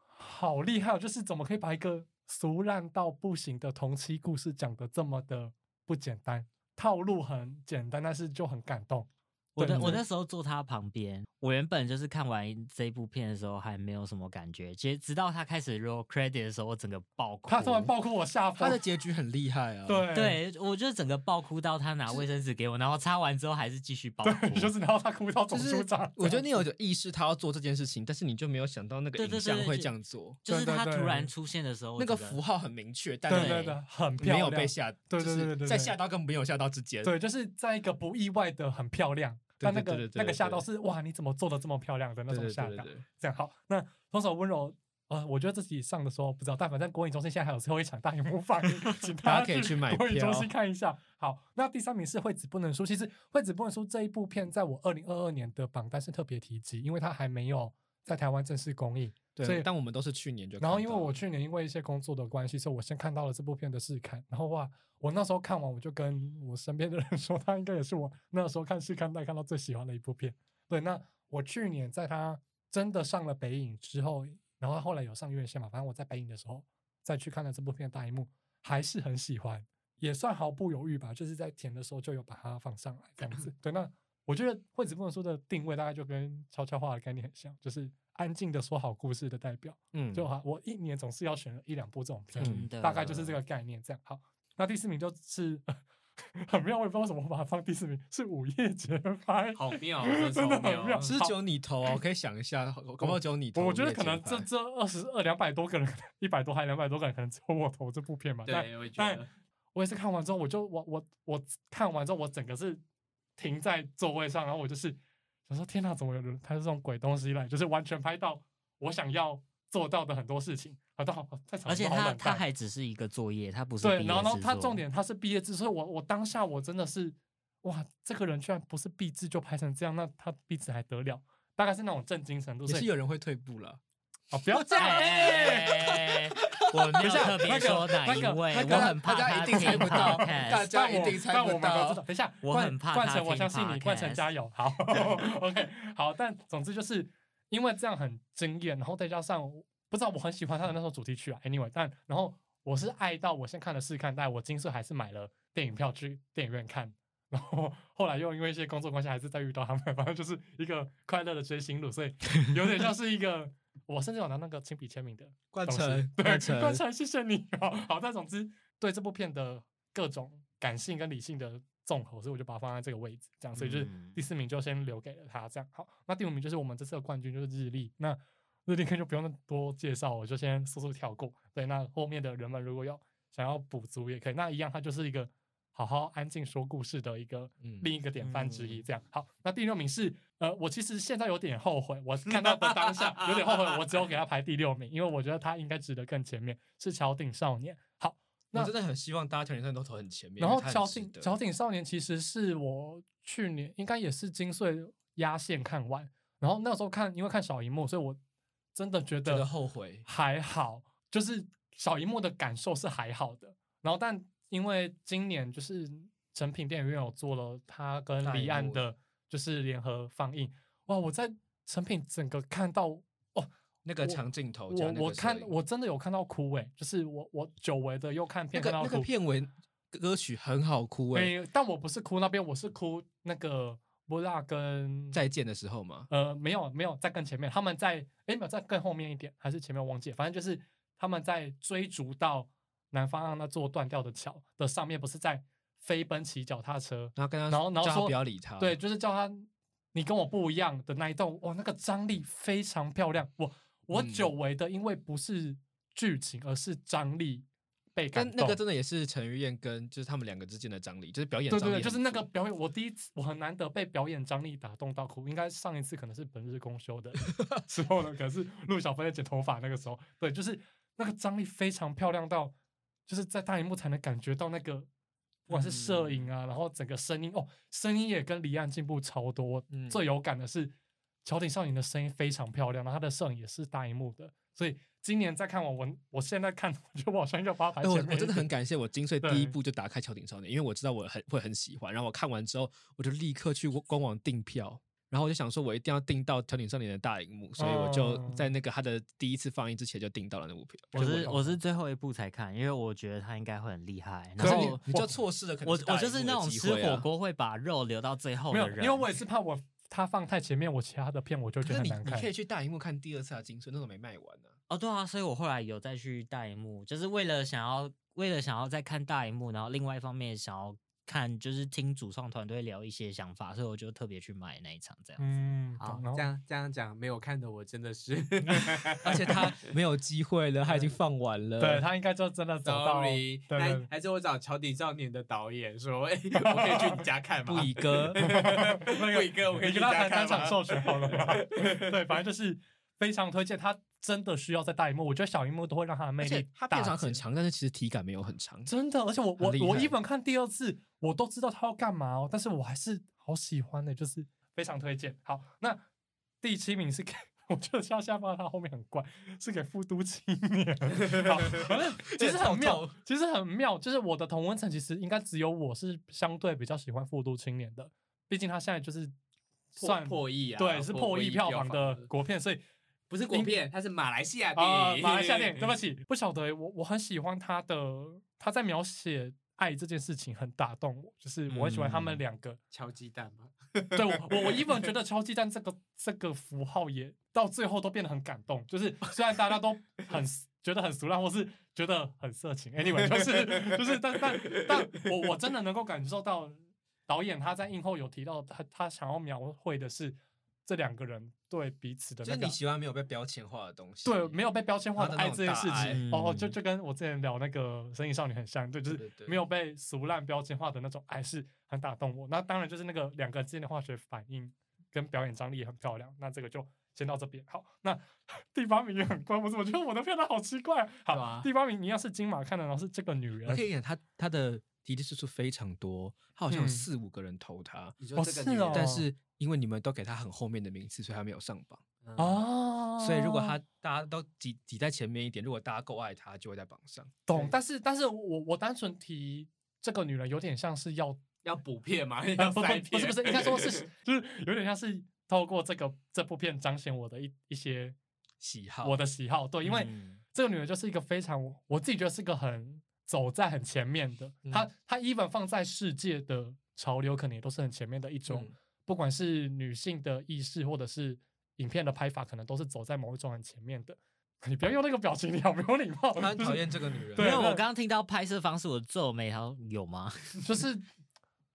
好厉害哦，就是怎么可以把一个俗烂到不行的同期故事讲的这么的不简单，套路很简单，但是就很感动。
我
对
的我
对
那时候坐他旁边，我原本就是看完这部片的时候还没有什么感觉，其实直到他开始 roll credit 的时候，我整个爆哭。
他突然爆哭，哎我吓
他
疯
的。结局很厉害啊。，
对，
对，我就整个爆哭到他拿卫生纸给我，然后擦完之后还是继续爆哭。
对，就是然后他哭到
嗯就
总
是
出长。
我觉得你有意识他要做这件事情，但是你就没有想到那个
对对对
影像
对
会
就
这样做，
就是
对对
他
对
突然出现的时候，
那个
整
符号很明确，但
对
是
对对，很漂亮，
没有被吓，
对对
就是
对对对
在吓到跟没有吓到之间，
对，就是在一个不意外的很漂亮，
对
但那
对对
个
对
那个
对
吓到
对
是哇，你怎么做的这么漂亮的那
对
种
对
吓
对
到
对。
这样好，那双手温柔呃，我觉得自己上的时候不知道，但反正国影中心现在还有最后一场大荧 幕放映，请
大
大
家可以去买
国影中
票
心看一下。好，那第三名是《惠子不能输》。其实《惠子不能输》这一部片，在我二零二二年的榜单是特别提及，因为它还没有在台湾正式公映。所
对，
以
但我们都是去年就看
然
到了。
后因为我去年因为一些工作的关系，所以我先看到了这部片的试看。然后哇，我那时候看完，我就跟我身边的人 说，它应该也是我那时候看试看带看到最喜欢的一部片。对，那我去年在它真的上了北影之后，然后后来有上院线嘛，反正我在北影的时候再去看了这部片的大荧幕，还是很喜欢，也算毫不犹豫吧，就是在填的时候就有把它放上来这样子。对，那我觉得《惠子不能说》的定位大概就跟悄悄话的概念很像，就是安静的说好故事的代表。
嗯，
就好，我一年总是要选一两部这种片，
真的
嗯大概就是这个概念。这样好，那第四名就是 很妙，我也不知道为什么我把它放第四名，是午夜节拍。
好 妙，真
真的
的
很
好
妙
妙。
是不是只有你投啊，我可以想一下，搞不好只有你投。
嗯我觉得
也
可能
节
这
拍
这二十二两百多个人，一百多还两百多个人，可能只有我投这部片吧。但
对，我也觉
但
得。
我也是看完之后，我就我我我看完之后，我整个是停在座位上，然后我就是想说，天哪，怎么有人拍出这种鬼东西来？就是完全拍到我想要做到的很多事情，啊，到在场
而且
都好
他
冷
他
淡
还只是一个作业，他不是
对，
毕
然后
业
然后
制
他
作
重点他是毕业制，所以我我当下我真的是哇，这个人居然不是毕制就拍成这样，那他毕制还得了？大概是那种震惊程度，
也
所
是
以
有人会退步了。
啊、不要这 样，哎、
哎，我没有特别说哪一位，
那个那个
我很怕
大家
他
一定猜不到
听
大
podcast
家
但
一
我
定猜
但
不
我们都知
到
道。等一下，
我
冠
很怕
冠
他
城，我
听
相信你，冠城
podcast
加油！好，OK，好。但总之就是因为这样很惊艳，然后再加上不知道我很喜欢他的那首主题曲啊。Anyway，但然后我是爱到我先看了试看，但我今次还是买了电影票去电影院看。然后后来又因为一些工作关系，还是再遇到他们，反正就是一个快乐的追星路，所以有点像是一个，我甚至有拿那个亲笔签名的
冠
东西
城
对，
冠城
冠城，谢谢你哦。 好，但总之对这部片的各种感性跟理性的综合，所以我就把它放在这个位置，这样，所以就是
嗯
第四名就先留给了他，这样。好，那第五名就是我们这次的冠军，就是日历。那日历可以就不用多介绍，我就先速速跳过。对，那后面的人们如果有想要补足也可以，那一样，它就是一个好好安静说故事的一个、
嗯
另一个典范之一。
嗯
这样，好，那第六名是呃，我其实现在有点后悔， 我看到的当下有点后悔，我只有给他排第六名，因为我觉得他应该值得更前面，是桥顶少年。好，那
我真的很希望大家条件上都投很前面。
然后
因为它
桥
很值
顶
得
桥顶少年其实是我去年应该也是金穗压线看完，然后那时候看因为看小荧幕，所以我真的觉
觉得
得
后悔。
还好，就是小荧幕的感受是还好的。然后但因为今年就是成品电影院有做了它跟
大
离
荧
岸
幕
的，就是联合放映，哇！我在成品整个看到哦，
那个
我
长镜头加
我
那个
我
摄
看
影
我真的有看到哭诶、就是我我久违的又看
那
片
个
看到
那
哭。
个片尾歌曲很好哭哎，
诶但我不是哭那边，我是哭那个波拉跟
再见的时候嘛，
呃没有没有在更前面，他们在诶没有在更后面一点，还是前面忘记了，反正就是他们在追逐到南方让那座断掉的桥的上面，不是在飞奔骑脚踏车，
然后跟他
然后然
叫
后
他
说
不要理他，
对，，就是叫他你跟我不一样的那一栋，哇，那个张力非常漂亮，我我
嗯
久违的，因为不是剧情，而是张力被感
但
动，
那个真的也是陈玉燕跟就是他们两个之间的张力，就是表演
对
张力
对
很
对，
足，
就是那个表演，我第一次我很难得被表演张力打动到哭，应该上一次可能是本日公 休的时候呢，可能是陆小芬在剪头发那个时候，对，就是那个张力非常漂亮到，就是在大荧幕才能感觉到那个，不管是摄影
嗯
啊，然后整个声音哦，声音也跟离岸进步超多，
嗯
最有感的是桥顶少年的声音非常漂亮，然后他的摄影也是大荧幕的，所以今年再看我我我现在看，我觉得我好像要把它排
哎，我
前
我
面一
真的
点
很感谢我金穗第
对
一部就打开《桥顶少年》，因为我知道我很会很喜欢，然后我看完之后，我就立刻去官网订票，然后我就想说，我一定要订到《桥顶少年》的大荧幕，所以我就在那个他的第一次放映之前就订到了那部票。
我是
就
我是最后一部才看，因为我觉得他应该会很厉害。
可
然
是
后
你你就
我
错失了可能
我
是大
我
荧幕的机会啊，
就是那种吃火锅会把肉留到最后
没有
的，人，
因为我也是怕我他放太前面，我其他的片我就觉
可
得
是
很
你
难
你
看
可。以去大荧幕看第二次啊，金穗那种没卖完呢、
哦对啊，所以我后来有再去大荧幕，就是为了想要为了想要再看大荧幕，然后另外一方面想要看就是听主创团队聊一些想法，所以我就特别去买那一场这样。
嗯，
好
懂然后
这样这样讲，没有看的我真的是
而且 他没有机会了，他已经放完了。
对他应该就真的走到
，sorry，
对对
还
对
还是我找《桥底少年》的导演说， 哎，我可以去你家看吗？
不以歌，
那个
不一个我可以
你
去
跟他
家看
谈单
吗
场授权好了吗？对，反正就是非常推荐，它真的需要在大荧幕，我觉得小荧幕都会让它的魅
而且
力
它
大
片长
减
很长，但是其实体感没有很长。
真的，而且我
很
我
厉
我
害
一本看第二次，我都知道他要干嘛哦，但是我还是好喜欢的，就是非常推荐。好，那第七名是给。 我觉得下下放在他后面很怪，是给复读青年。好，反正其实很
有点
妙
跳，
其实很妙，就是我的同温层其实应该只有我是相对比较喜欢复读青年的，毕竟他现在就是
破
算
破亿啊
对，是
破
破亿
亿
票
票
房
房
的
的
国片，所以
不是国片，它是马来西亚电
啊、
影，
马来西亚电
嗯
影，对不起，不晓得欸、我我很喜欢他的，他在描写爱这件事情很打动我，就是我很喜欢他们
嗯
两个。
敲鸡蛋 嘛，
对我我我 even 觉得敲鸡蛋这个这个符号也到最后都变得很感动，就是虽然大家都很觉得很俗烂，或是觉得很色情，anyway 就是就是，但但但我我真的能够感受到导演他在映后有提到他他想要描绘的是这两个人对彼此的
就
那
是
个
你喜欢没有被标签化的东西，
对，没有被标签化
他
的
的那
爱
种
这件事
大
情，
爱
哦，就
嗯
就跟我之前聊那个《神隐少女》很像，对，就
对
是
对对
没有被俗烂标签化的那种爱是很打动我。那当然就是那个两个之间的化学反应跟表演张力也很漂亮。那这个就先到这边。好，那 第八名也很怪，我怎么觉得我的片段好奇怪？好，
对啊
第八名一样是金马看的，然后是这个女人
而，且演他他的敌对次数非常多，他好像有
嗯
四五个人投他，
你说这
哦
个
是
女人
哦
但是因为你们都给他很后面的名次，所以他没有上榜。
嗯
哦，
所以如果他大家都挤挤在前面一点，如果大家够爱他，就会在榜上。
懂，但是但是我我单纯提这个女人有点像是要
要补片嘛，
呃
要
不不
塞
不
片
是不是，应该说是 就是有点像是透过这个这部片彰显我的一一些
喜好
我的喜好，对，因为
嗯
这个女人就是一个非常我自己觉得是一个很走在很前面的，
嗯
她她 even 放在世界的潮流可能也都是很前面的一种，
嗯
不管是女性的意识或者是影片的拍法，可能都是走在某一种很前面的。 你不要用那个表情，你好没有礼貌。
他很
就是
讨厌这个女人，
对
没有，我
那
刚刚听到拍摄方式，我皱眉，他说有吗？
就是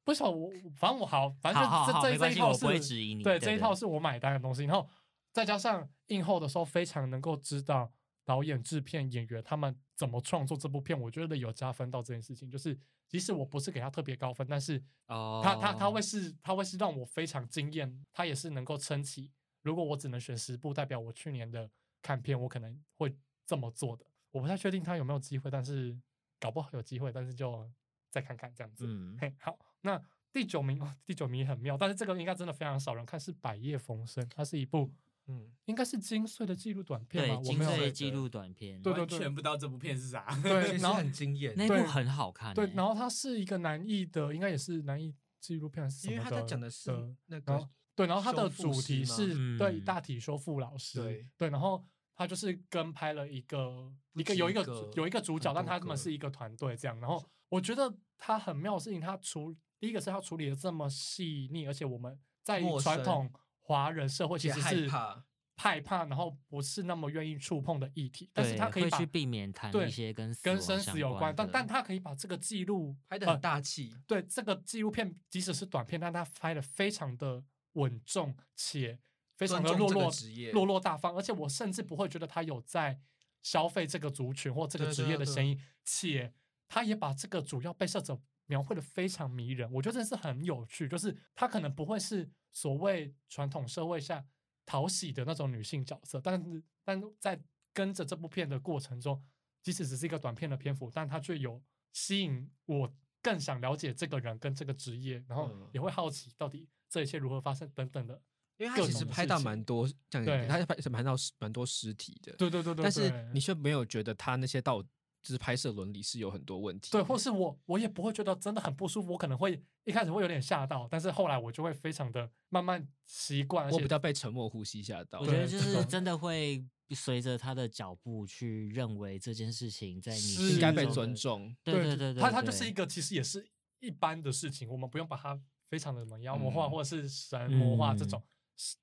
不晓得我，反正我好，反正
好好好没
这这这
关
一
系
套
我
是
不会质疑你
对，
对
这一
对
套是我买单的东西，然后再加上映后的时候非常能够知道导演、制片、演员他们怎么创作这部片，我觉得有加分到这件事情，就是即使我不是给他特别高分，但是
哦
他他他会是他会是让我非常惊艳，他也是能够撑起。如果我只能选十部，代表我去年的看片，我可能会这么做的。我不太确定他有没有机会，但是搞不好有机会，但是就再看看这样子。
嗯
嘿，好，那第九名， 哦第九名也很妙，但是这个应该真的非常少人看，是《百叶逢生》，它是一部
嗯，
应该是金穗的纪录短片
对
吧？我
金
没有
穗纪录短片，
对对
完
对
全不知道这部片是啥，
对，
其 实
然后
很惊艳，
那
对
部很好看欸，
对，然后它是一个男艺的，应该也是男艺纪录片还是什
因
么
为他在讲的是那
然
个
后对，然后它的
修
主
复
题
师吗
是、对
嗯
大体修复老师，
对
然后他就是跟拍了一个
不
一个
止
有一
一
个
个
主有一个主
很
角，但
多
他们
个
是一个团队这样。然后我觉得他很妙的事情，他处第一个是他处理的这么细腻，而且我们在
陌
传
生
统华人社会其
也
实
害
是
怕
害怕，然后不是那么愿意触碰的议题，但是
对
他可以
会
把
去避免谈
对
一些跟死
跟
亡
生死
相
有关，但
的
但他可以把这个记录
拍的
呃
很大气，
对这个纪录片，即使是短片，但它拍的非常的稳重且非常的
尊重
落
这个
落
职业
落落大方，而且我甚至不会觉得他有在消费这个族群或这个
对
职
对
业的
对
声音，且他也把这个主要被摄者描绘的非常迷人，我觉得这是很有趣，就是他可能不会是所谓传统社会下讨喜的那种女性角色，但是但是在跟着这部片的过程中，即使只是一个短片的篇幅，但它却有吸引我更想了解这个人跟这个职业，然后
嗯
也会好奇到底这一切如何发生等等的。
因为他
各
其
种
实
的
拍
事
到
情
蛮多这样
对
讲，他拍拍到蛮多尸体的，
对对对对
但是
对
你却没有觉得他那些道就是拍摄伦理是有很多问题，
对，或是我我也不会觉得真的很不舒服，我可能会一开始会有点吓到，但是后来我就会非常的慢慢习惯，而
我
且
比较被沉默呼吸吓到，
我觉得
对
就
这
是
种
真的会随着他的脚步去认为这件事情在你
是
心
应该被
中的
尊。重。
对对对对，
它它就是
对
一个其实也是一般的事情，我们不用把它非常的怎么妖魔化、
嗯
或者是神魔化这
嗯
种、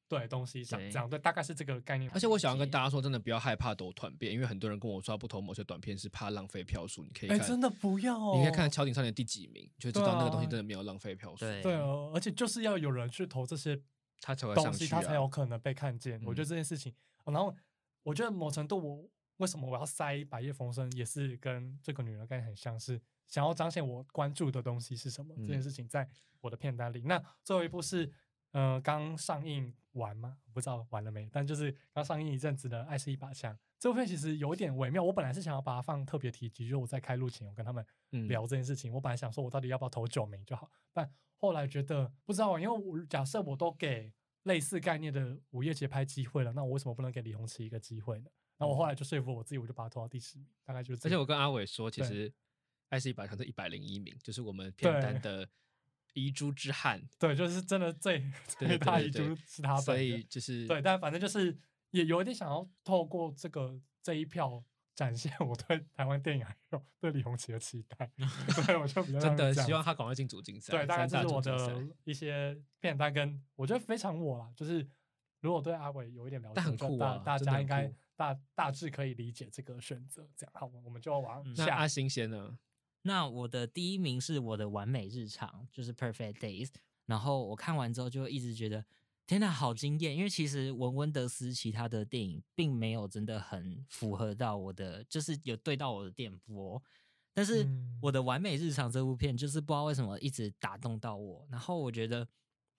对东西上
对
这样对，大概是这个概念。
而且我想要跟大
家，
家说，真的不要害怕抖团片，因为很多人跟我说他不投某些短片是怕浪费票数。你可以
哎、
看，
真的不要、哦，
你可以看《敲鼎少年》第几名，就知道那个东西
对啊
真的没有浪费票数，
对
对哦，而且就是要有人去投这些
他才会
东
上
西，
去
它才有
啊。嗯
可能被看见。我觉得这件事情，哦然后我觉得某程度我为什么我要塞百叶逢生，也是跟这个女人概念很像是。想要彰显我关注的东西是什么、这件
嗯
事情，在我的片单里。那最后一部是呃刚上映完吗？我不知道完了没，但就是刚上映一阵子的《爱是一把枪》这部片其实有点微妙。我本来是想要把它放特别提及，就是我在开录前我跟他们
嗯
聊这件事情，我本来想说我到底要不要投九名就好，但后来觉得不知道，欸因为我假设我都给类似概念的午夜节拍机会了，那我为什么不能给李红旗一个机会呢？然后我后来就说服我自己，我就把它投到第十名，大概就是
嗯
这
而且
样。
我跟阿伟说，其
对
实艾斯一百强是一百零一名，就是我们片单的遗珠之憾。
对，就是真的最
对
最
对
大
对
遗
对
珠是他本人，
所以就是
对，但反正就是也有一点想要透过这个这一票展现我对台湾电影还有对李红旗的期 待，所以我就比较
真
像
的
是这
希
样
望他赶快进主竞赛。
对，大概这
三
是
组
我
竞赛
的一些片单跟我觉得非常我啦，就是如果对阿伟有一点了解，
但很
我觉得
酷
大
啊
大
真的
家
很
应该
酷
大大致可以理解这个选择。这样好，我们就往
嗯
那
下
阿。星先呢？，
那我的第一名是我的完美日常，就是 Perfect Days。然后我看完之后就一直觉得，天呐，好惊艳！因为其实文温德斯其他的电影并没有真的很符合到我的，就是有对到我的电波。但是
嗯
我的完美日常这部片，就是不知道为什么一直打动到我。然后我觉得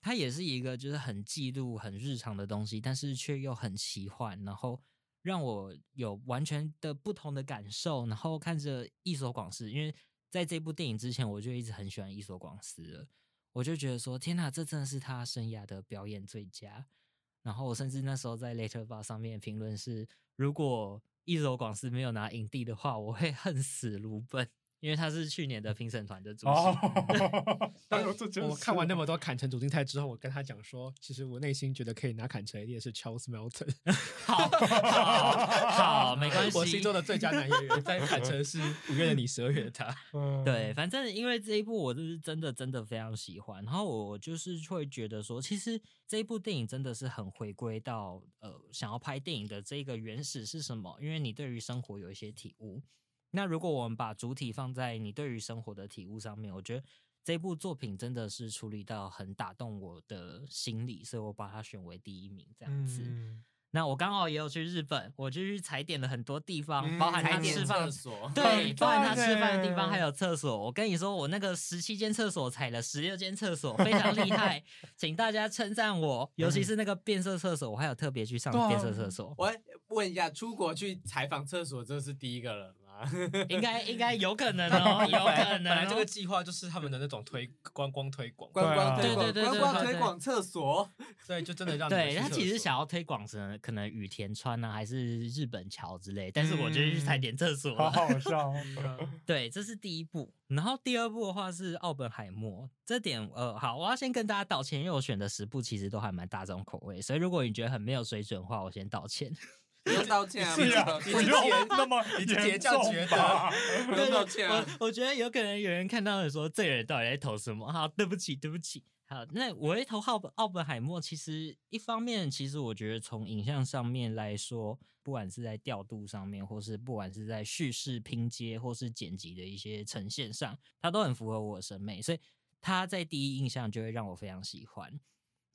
它也是一个就是很记录、很日常的东西，但是却又很奇幻，然后让我有完全的不同的感受。然后看着一所广司，因为在这部电影之前，我就一直很喜欢一所广司了，我就觉得说，天呐，这真的是他生涯的表演最佳。然后我甚至那时候在 Later Bar 上面评论是，如果一所广司没有拿影帝的话，我会恨死卢本，因为他是去年的评审团的主席。
哦但
但
我这就
我看
是
完那么多坎城主竞赛之后，我跟他讲说，其实我内心觉得可以拿坎城一定是 Charles Melton，
好，好，好，没关系。
我心中的最佳男演员，在坎城 是五月的你，十二月的他。
嗯
对，反正因为这一部我就是真的真的非常喜欢，然后我就是会觉得说，其实这一部电影真的是很回归到呃想要拍电影的这个原始是什么，因为你对于生活有一些体悟。那如果我们把主体放在你对于生活的体悟上面，我觉得这部作品真的是处理到很打动我的心理，所以我把它选为第一名这样子。
嗯
那我刚好也有去日本，我就去踩点了很多地方，
嗯
包含
踩
他
点
吃饭
厕所，
对，
很
包哦含他
棒
吃饭的地
耶
方还有厕所。我跟你说，我那个十七间厕所踩了十六间厕所，非常厉 害，请大家称赞我。尤其是那个变色厕所，我还有特别去上
对啊
变色厕所，
我问一下，出国去采访厕所，这是第一个人吗？
应该应该有可能哦，有可
本来
能
这个
哦。
计划就是他们的那种推观光推广，啊
观光推
对对对
广，
对
观光
对对
推广厕所，
对，就真的让你
对
去
他
厕
其实
所
想要推广成可能羽田川啊，还是日本桥之类，但是我就去踩
嗯
点厕所
好
了。
好笑哦。
对，这是第一部。然后第二部的话是《奥本海默》，这点呃，好，我要先跟大家道歉，因为我选的十部其实都还蛮大众口味，所以如果你觉得很没有水准的话，我先道歉。
不用道 歉啊，
是啊，
不
不
用
用那么
你自己也
严
这样
重
觉得
吧？
不用道歉啊。
我我觉得有可能有人看到了说，这个人到底在投什么？好，对不起，对不起。好，那我会投奥本奥本海默。其实一方面，其实我觉得从影像上面来说，不管是在调度上面，或是不管是在叙事拼接，或是剪辑的一些呈现上，它都很符合我的审美，所以它在第一印象就会让我非常喜欢。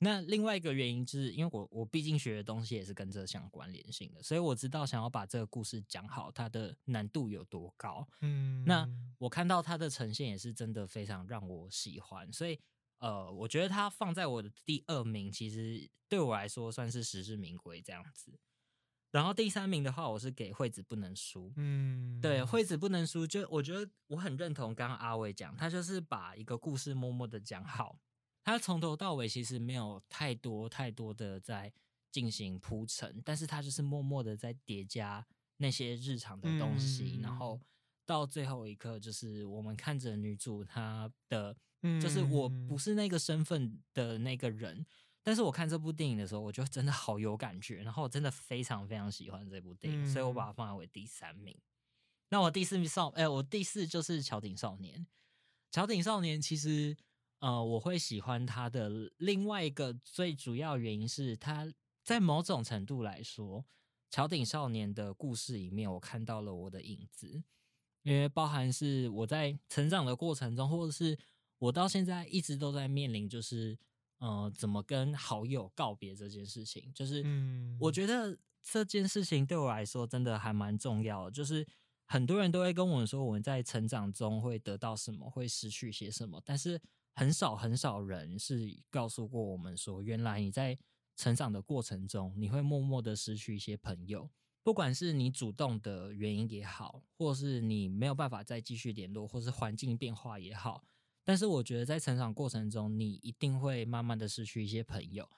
那另外一个原因，就是因为我我毕竟学的东西也是跟这相关联性的，所以我知道想要把这个故事讲好，它的难度有多高。
嗯
那我看到它的呈现也是真的非常让我喜欢，所以呃，我觉得它放在我的第二名，其实对我来说算是实至名归这样子。然后第三名的话，我是给惠子不能输，
嗯
对，惠子不能输，就我觉得我很认同刚刚阿伟讲，他就是把一个故事默默的讲好，他从头到尾其实没有太多太多的在进行铺陈，但是他就是默默的在叠加那些日常的东西，
嗯
然后到最后一刻，就是我们看着女主她的，就是我
嗯
不是那个身份的那个人。但是我看这部电影的时候，我就真的好有感觉，然后我真的非常非常喜欢这部电影，所以我把它放在为第三名。那我第四名少，哎、我第四就是《桥顶少年》。《桥顶少年》其实，呃，我会喜欢他的另外一个最主要原因是，他在某种程度来说，《桥顶少年》的故事里面，我看到了我的影子，因为包含是我在成长的过程中，或者是我到现在一直都在面临，就是呃，怎么跟好友告别这件事情，就是
嗯
我觉得这件事情对我来说真的还蛮重要的，就是很多人都会跟我们说我们在成长中会得到什么，会失去些什么，但是很少很少人是告诉过我们说，原来你在成长的过程中，你会默默的失去一些朋友，不管是你主动的原因也好，或是你没有办法再继续联络，或是环境变化也好。但是我觉得在成长过程中，你一定会慢慢的失去一些朋友，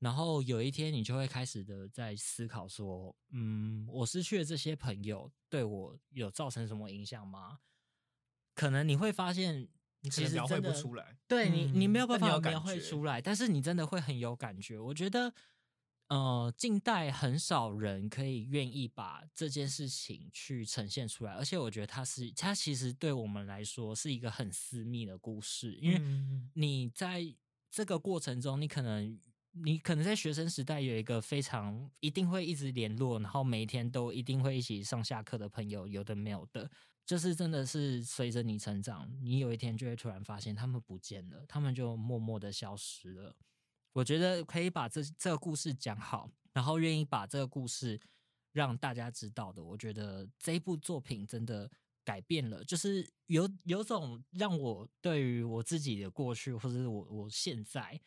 然后有一天你就会开始的在思考说，嗯，我失去了这些朋友，对我有造成什么影响吗？可能你会发现，
你可
其
能
实
描绘
真
不
的
出来。
对你，你没有办
但你
法
嗯有感
描绘
觉
出来，但是你真的会很有感觉。我觉得，呃，近代很少人可以愿意把这件事情去呈现出来，而且我觉得它是，它其实对我们来说是一个很私密的故事，因为
嗯
你在这个过程中，你可能。你可能在学生时代有一个非常一定会一直联络，然后每一天都一定会一起上下课的朋友，有的没有的，就是真的是随着你成长，你有一天就会突然发现他们不见了，他们就默默的消失了。我觉得可以把这这个故事讲好，然后愿意把这个故事让大家知道的，我觉得这一部作品真的改变了，就是有有种让我对于我自己的过去或者是我我现在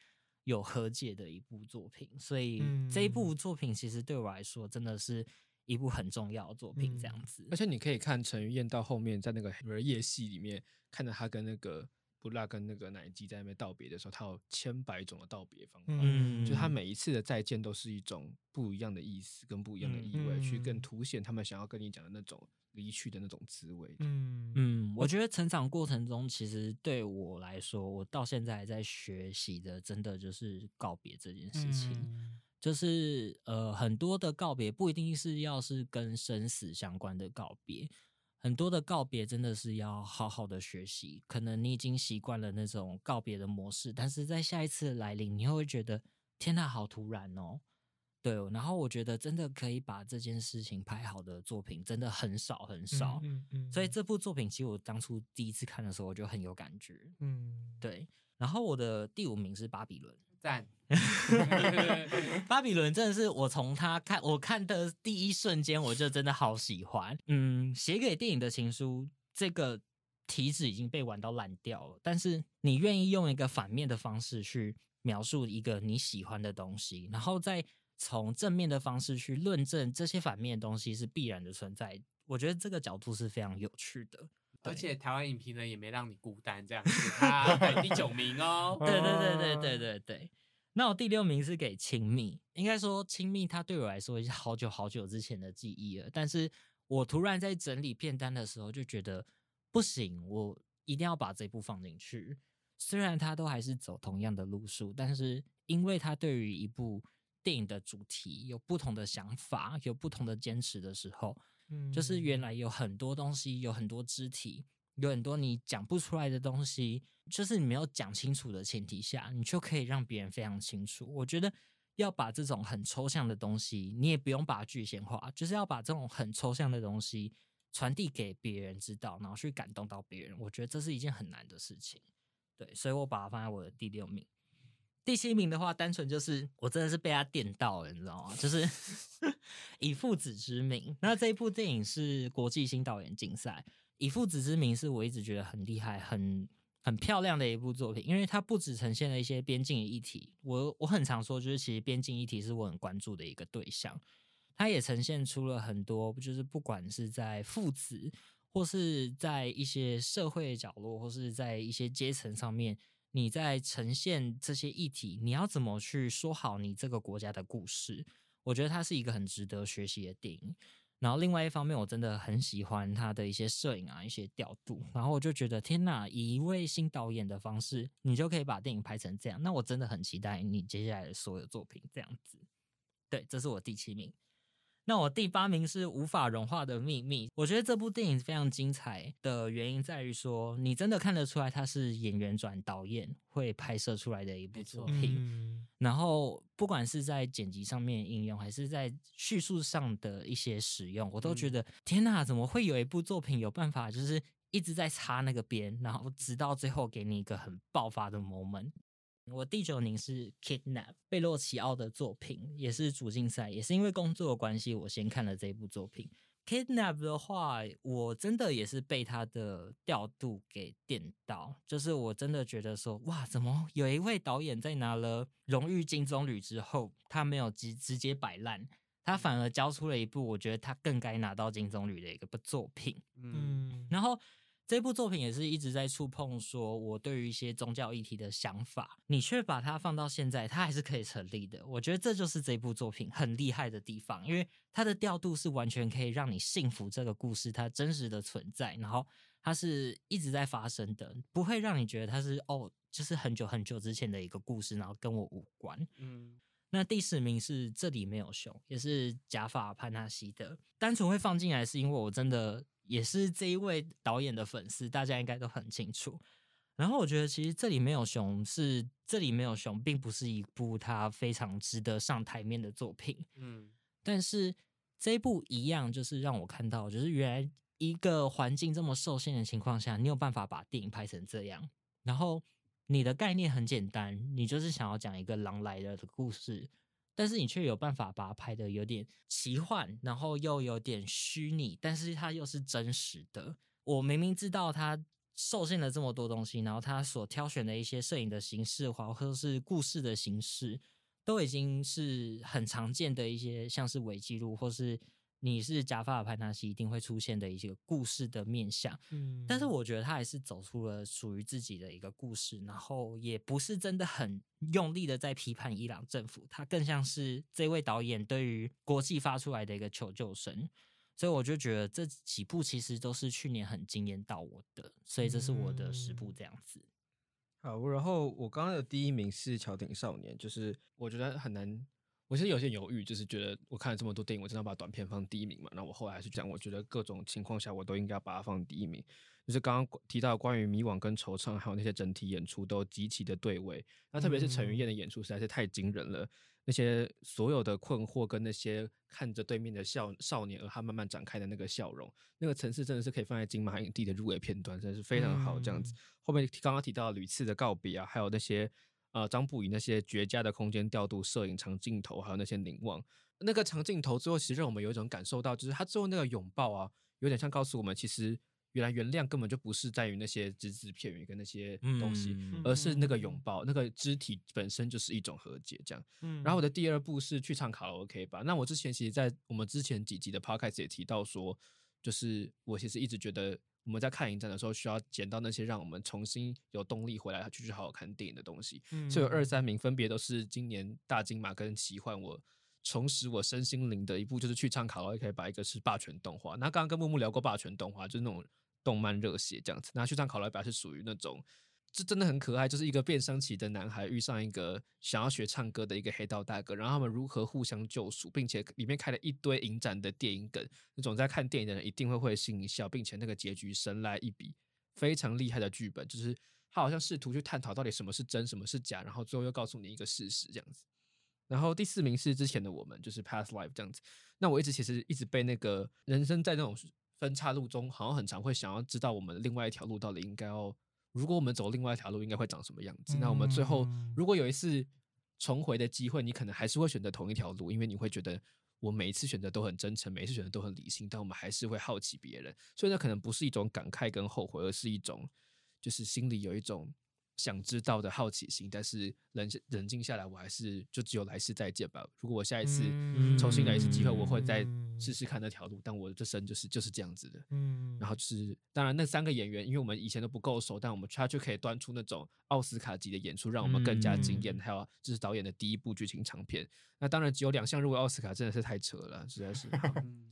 有和解的一部作品。所以这一部作品其实对我来说真的是一部很重要的作品，这样
嗯
子。
而且你可以看陈于晏到后面，在那个女儿夜戏里面，看到他跟那个布拉跟那个奶姬在那边道别的时候，他有千百种的道别方法，
嗯
就他每一次的再见都是一种不一样的意思跟不一样的意味，去更
嗯
凸显他们想要跟你讲的那种离去的那种滋味。
嗯嗯
嗯，我觉得成长过程中，其实对我来说，我到现在还在学习的，真的就是告别这件事情。
嗯
就是呃，很多的告别不一定是要是跟生死相关的告别，很多的告别真的是要好好的学习。可能你已经习惯了那种告别的模式，但是在下一次的来临，你又会觉得天呐，好突然哦。对哦，然后我觉得真的可以把这件事情拍好的作品真的很少很少。
嗯嗯，
所以这部作品其实我当初第一次看的时候，我就很有感觉。
嗯
对，然后我的第五名是《巴比伦
赞。》，
《巴比伦》真的是我从他看我看的第一瞬间，我就真的好喜欢。嗯，写给电影的情书这个题旨已经被玩到烂掉了，但是你愿意用一个反面的方式去描述一个你喜欢的东西，然后再从正面的方式去论证这些反面的东西是必然的存在。我觉得这个角度是非常有趣的。
而且台湾影评人也没让你孤单，这样子，他排第九 名哦。
对对对对对对对。那我第六名是给亲密，应该说亲密，它对我来说已经好久好久之前的记忆了。但是我突然在整理片单的时候，就觉得不行，我一定要把这部放进去。虽然它都还是走同样的路数，但是因为它对于一部电影的主题有不同的想法，有不同的坚持的时候，
嗯
就是原来有很多东西，有很多肢体，有很多你讲不出来的东西，就是你没有讲清楚的前提下，你就可以让别人非常清楚。我觉得要把这种很抽象的东西，你也不用把它具象化，就是要把这种很抽象的东西传递给别人知道，然后去感动到别人。我觉得这是一件很难的事情。对，所以我把它放在我的第六名。第七名的话，单纯就是我真的是被他电到了，你知道吗？就是 以父子之名。那这一部电影是国际新导演竞赛，以父子之名是我一直觉得很厉害、很很漂亮的一部作品，因为它不只呈现了一些边境议题，我我很常说，就是其实边境议题是我很关注的一个对象。它也呈现出了很多，就是不管是在父子，或是在一些社会角落，或是在一些阶层上面，你在呈现这些议题，你要怎么去说好你这个国家的故事？我觉得它是一个很值得学习的电影。然后另外一方面，我真的很喜欢他的一些摄影啊，一些调度。然后我就觉得，天呐，以一位新导演的方式，你就可以把电影拍成这样。那我真的很期待你接下来的所有作品这样子。对，这是我第七名。那我第八名是《无法融化的秘密》，我觉得这部电影非常精彩的原因在于说，你真的看得出来它是演员转导演会拍摄出来的一部
没
作
错
品。
嗯
然后不管是在剪辑上面的应用，还是在叙述上的一些使用，我都觉得、天哪，怎么会有一部作品有办法就是一直在擦那个边，然后直到最后给你一个很爆发的 moment。我第九名是《Kidnap》贝洛奇奥的作品，也是主竞赛，也是因为工作的关系，我先看了这部作品。《 Kidnap 的话，我真的也是被他的调度给电到，就是我真的觉得说，哇，怎么有一位导演在拿了荣誉金棕榈之后，他没有直直接摆烂，他反而交出了一部我觉得他更该拿到金棕榈的一个作品。
嗯
嗯，
然后这部作品也是一直在触碰说我对于一些宗教议题的想法，你却把它放到现在，它还是可以成立的。我觉得这就是这部作品很厉害的地方，因为它的调度是完全可以让你信服这个故事它真实的存在，然后它是一直在发生的，不会让你觉得它是哦，就是很久很久之前的一个故事，然后跟我无关。
嗯，
那第十名是这里没有熊，也是假发潘纳西的。单纯会放进来是因为我真的也是这一位导演的粉丝，大家应该都很清楚。然后我觉得其实这里没有熊是这里没有熊，并不是一部它非常值得上台面的作品。
嗯
但是这一部一样，就是让我看到，就是原来一个环境这么受限的情况下，你有办法把电影拍成这样。然后你的概念很简单，你就是想要讲一个狼来了的故事，但是你却有办法把它拍的有点奇幻，然后又有点虚拟，但是它又是真实的。我明明知道它受限了这么多东西，然后它所挑选的一些摄影的形式，或者是故事的形式，都已经是很常见的一些，像是伪纪录或是。你是假发的潘纳西一定会出现的一些故事的面向，
嗯
但是我觉得他还是走出了属于自己的一个故事，然后也不是真的很用力的在批判伊朗政府，他更像是这位导演对于国际发出来的一个求救声。所以我就觉得这几部其实都是去年很惊艳到我的，所以这是我的十部这样子。
好，然后我刚刚的第一名是《桥顶少年》，就是
我觉得很难。我其实有些犹豫，就是觉得我看了这么多电影，我真的要把短片放第一名嘛？那我后来还是讲，我觉得各种情况下我都应该把它放第一名。就是刚刚提到关于迷惘跟惆怅，还有那些整体演出都极其的对位。那特别是陈云燕的演出实在是太惊人了，那些所有的困惑跟那些看着对面的笑少年，而他慢慢展开的那个笑容，那个层次真的是可以放在金马影帝的入围片段，真的是非常好。这样子，后面刚刚提到屡次的告别啊，还有那些呃张不疑那些绝佳的空间调度、摄影长镜头，还有那些凝望，那个长镜头最后其实让我们有一种感受到，就是他最后那个拥抱啊，有点像告诉我们，其实原来原谅根本就不是在于那些只字片语跟那些东西。
嗯
而是那个
嗯
拥抱，那个肢体本身就是一种和解，这样。
嗯
然后我的第二步是去唱卡拉 OK 吧。那我之前其实，在我们之前几集的 podcast 也提到说，就是我其实一直觉得我们在看影展的时候，需要捡到那些让我们重新有动力回来继续好好看电影的东西。
嗯
所以有二三名分别都是今年大金马跟奇幻我。重拾我身心灵的一部就是去唱卡拉 OK 吧，一个是霸权动画。那刚刚跟木木聊过霸权动画，就是那种动漫热血这样子。那去唱卡拉 OK 吧是属于那种，这真的很可爱，就是一个变声期的男孩遇上一个想要学唱歌的一个黑道大哥，然后他们如何互相救赎，并且里面开了一堆影展的电影梗，那种在看电影的人一定会会心一笑，并且那个结局神来一笔，非常厉害的剧本，就是他好像试图去探讨到底什么是真，什么是假，然后最后又告诉你一个事实这样子。然后第四名是之前的我们，就是 Past Life 这样子。那我一直其实一直被那个人生在那种分岔路中，好像很常会想要知道我们另外一条路到底应该要，如果我们走另外一条路应该会长什么样子。那我们最后
嗯
如果有一次重回的机会，你可能还是会选择同一条路，因为你会觉得我每一次选择都很真诚，每一次选择都很理性，但我们还是会好奇别人，所以那可能不是一种感慨跟后悔，而是一种就是心里有一种想知道的好奇心，但是冷冷静下来，我还是就只有来世再见吧。如果我下一次
嗯
重新来一次机会，我会再试试看那条路，但我这生就是就是这样子的。
嗯，
然后就是，当然那三个演员，因为我们以前都不够熟，但我们他就可以端出那种奥斯卡级的演出，让我们更加惊艳。还有这是导演的第一部剧情长片，那当然只有两项入围奥斯卡，真的是太扯了，实在是。
嗯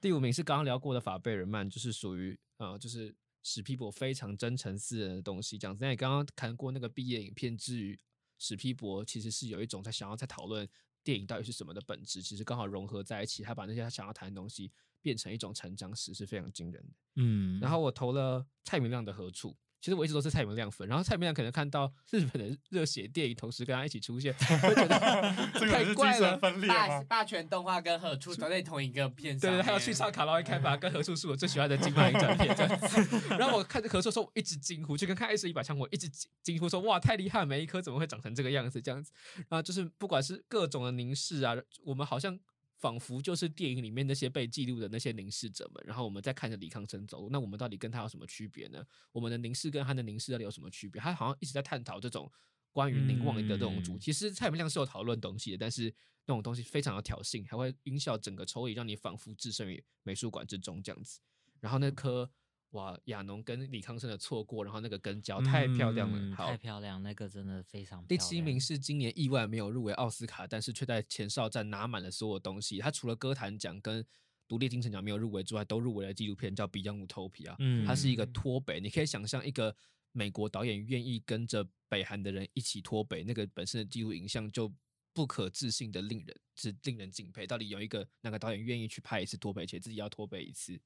第五名是刚刚聊过的法贝尔曼，就是属于呃，就是史皮博非常真诚私人的东西。这样子，那你刚刚看过那个毕业影片之余，史皮博其实是有一种在想要在讨论电影到底是什么的本质，其实刚好融合在一起，他把那些他想要谈的东西变成一种成长史，是非常惊人的。
嗯
然后我投了蔡明亮的《何处》，其实我一直都是蔡明亮粉。然后蔡明亮可能看到日本的热血电影同时跟他一起出现，会觉得
这个
太
是精
怪
神
了。
分裂
霸
吗？
霸权动画跟何处都在同一个片上
对
面，
对，还有去唱卡拉 OK 吧，跟何处是我最喜欢的金马影展片这样子。然后我看着何处的时候，我一直惊呼，就跟看《爱是一把枪》，我一直惊惊呼说：“哇，太厉害！每一颗怎么会长成这个样子？”这样子，然后就是不管是各种的凝视啊，我们好像仿佛就是电影里面那些被记录的那些凝视者们，然后我们再看着李康生走路，那我们到底跟他有什么区别呢？我们的凝视跟他的凝视到底有什么区别？他好像一直在探讨这种关于凝望的这种
嗯
主题。其实蔡明亮是有讨论东西的，但是那种东西非常的挑衅，还会晕笑整个抽椅，让你仿佛置身于美术馆之中这样子。然后那颗哇，亚农跟李康生的错过，然后那个跟焦太漂亮了，
嗯
好
太漂亮，那个真的非常
第
漂
七名
亮
是今年意外没有入围奥斯卡，但是却在前哨战拿满了所有东西。他除了歌坛奖跟独立金城奖没有入围之外，都入围了纪录片叫《Beyond Utopia》。
嗯
它是一个
嗯
脱北，你可以想象一个美国导演愿意跟着北韩的人一起脱北，那个本身的记录影像就不可置信的令人是令人敬佩。到底有一个哪个导演愿意去拍一次脱北，且自己要脱北一次？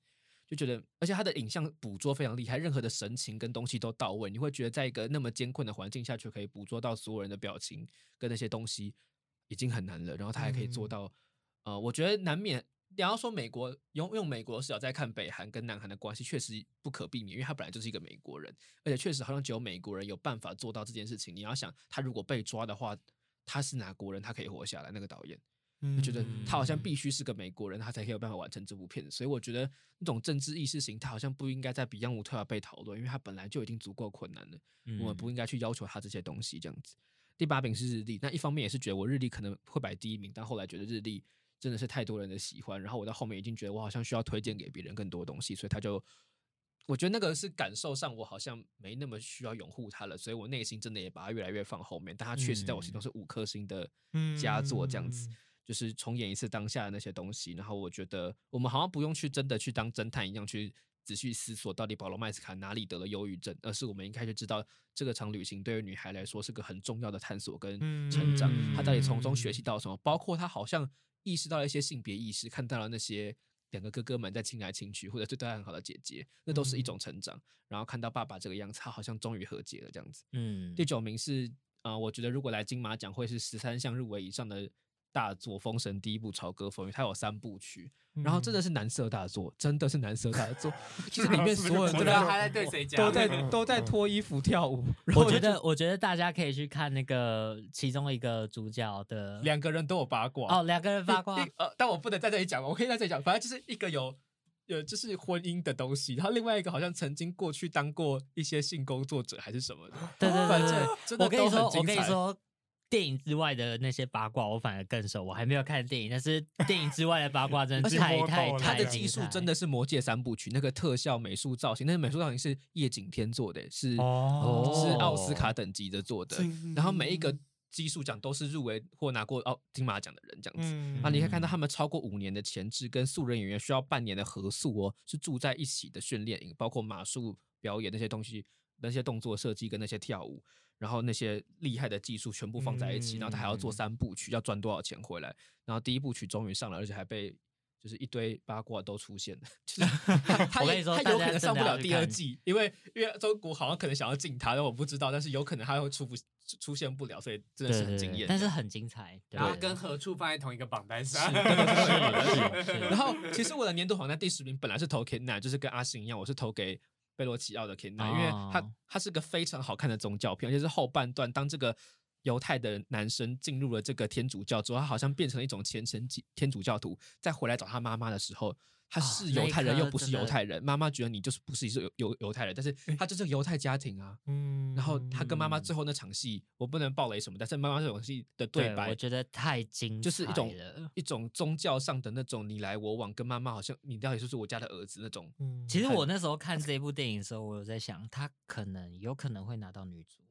就觉得，而且他的影像捕捉非常厉害，任何的神情跟东西都到位，你会觉得在一个那么艰困的环境下，却可以捕捉到所有人的表情跟那些东西，已经很难了。然后他还可以做
嗯
到，呃，我觉得难免你要说美国用用美国视角在看北韩跟南韩的关系，确实不可避免，因为他本来就是一个美国人，而且确实好像只有美国人有办法做到这件事情。你要想，他如果被抓的话，他是哪国人，他可以活下来？那个导演。就觉得他好像必须是个美国人，他才可以有办法完成这部片子。所以我觉得那种政治意识形态好像不应该在 Beyond 五特要被讨论，因为他本来就已经足够困难了，
嗯
我们不应该去要求他这些东西这样子。第八名是日历，那一方面也是觉得我日历可能会摆第一名，但后来觉得日历真的是太多人的喜欢，然后我到后面已经觉得我好像需要推荐给别人更多东西，所以他就。我觉得那个是感受上，我好像没那么需要拥护他了，所以我内心真的也把它越来越放后面。但他确实在我心中
嗯
是五颗星的佳作，这样子。
嗯
就是重演一次当下的那些东西。然后我觉得我们好像不用去真的去当侦探一样去仔细思索到底保罗麦斯卡哪里得了忧郁症，而是我们应该就知道这个场旅行对于女孩来说是个很重要的探索跟成长。
嗯
她到底从中学习到什么？包括她好像意识到了一些性别意识，看到了那些。两个哥哥们在亲来亲去，或者对她很好的姐姐，那都是
嗯
一种成长。然后看到爸爸这个样子，她好像终于和解了，这样子。
嗯
第九名是呃，我觉得如果来金马奖会是十三项入围以上的大作，《封神》第一部《朝歌风云》，它有三部曲，
嗯
然后真的
嗯
是难色大作，真的是难色大 作。其实里面所有人
不
都
知道他
在
在对谁讲
都。在都在脱衣服跳舞，然后
我觉得，我觉得大家可以去看那个其中一个主角的
两个人都有八卦
哦，两个人
第
八卦
第，呃，但我不能在这里讲，我可以在这里讲，反正就是一个有。有就是婚姻的东西，然后另外一个好像曾经过去当过一些性工作者还是什么的，
对对
反
对
正
对
真的
我跟
都
你
很
说，
精
我跟你
彩。
说，电影之外的那些八卦，我反而更熟。我还没有看电影，但是电影之外的八卦真
而
的
且
太
我
太
懂了
他
太
的
精
技术
彩
真的是《魔戒》三部曲那个特效、美术造型，那个美术造型是叶景天做的，是、
哦
是奥斯卡等级的做的。
真
然后每一个技术奖都是入围或拿过奥金马奖的人这样子。
嗯
啊，你可以看到
嗯
他们超过五年的前置跟素人演员需要半年的合宿哦，是住在一起的训练营，包括马术表演那些东西、那些动作设计跟那些跳舞，然后那些厉害的技术全部放在一起，然后他还要做
嗯
三部曲，要赚多少钱回来？然后第一部曲终于上了，而且还被就是一堆八卦都出现了， 就是他他
我跟
也
你说
他
大
有
家
可能
真
上
的
不
要
了
去
第二
看
季，因为因为中国好像可能想要禁他，但我不知道，但是有可能他会出不出现不了，所以
对
真的是
对
很
对
惊
对
艳的。
但是很精彩。对
然后
对
跟
对
何处放在同一个榜单上，
是是
然后其实我的年度榜单第十名本来是投 Kidna，就是跟阿信一样，我是投给贝洛奇奥的 Kidna，、因为它
哦
它是个非常好看的宗教片，而且是后半段当这个。犹太的男生进入了这个天主教之后，他好像变成了一种虔诚基天主教徒。再回来找他妈妈的时候，他
啊
是
那
犹
一
太人又
刻
不是
真的
犹太人。妈妈觉得你就是不是犹犹犹太人，但是他就是个犹太家庭啊。
嗯
然后他跟妈妈
嗯
最后那场戏，我不能爆雷什么，但是妈妈这场戏的对
对，
白
我觉得太精彩了，
就是一种一种宗教上的那种你来我往，跟妈妈好像你到底是不是我家的儿子那种。
嗯
其实
很
我那时候看这一部电影的时候，我有在想，她可能有可能会拿到女主，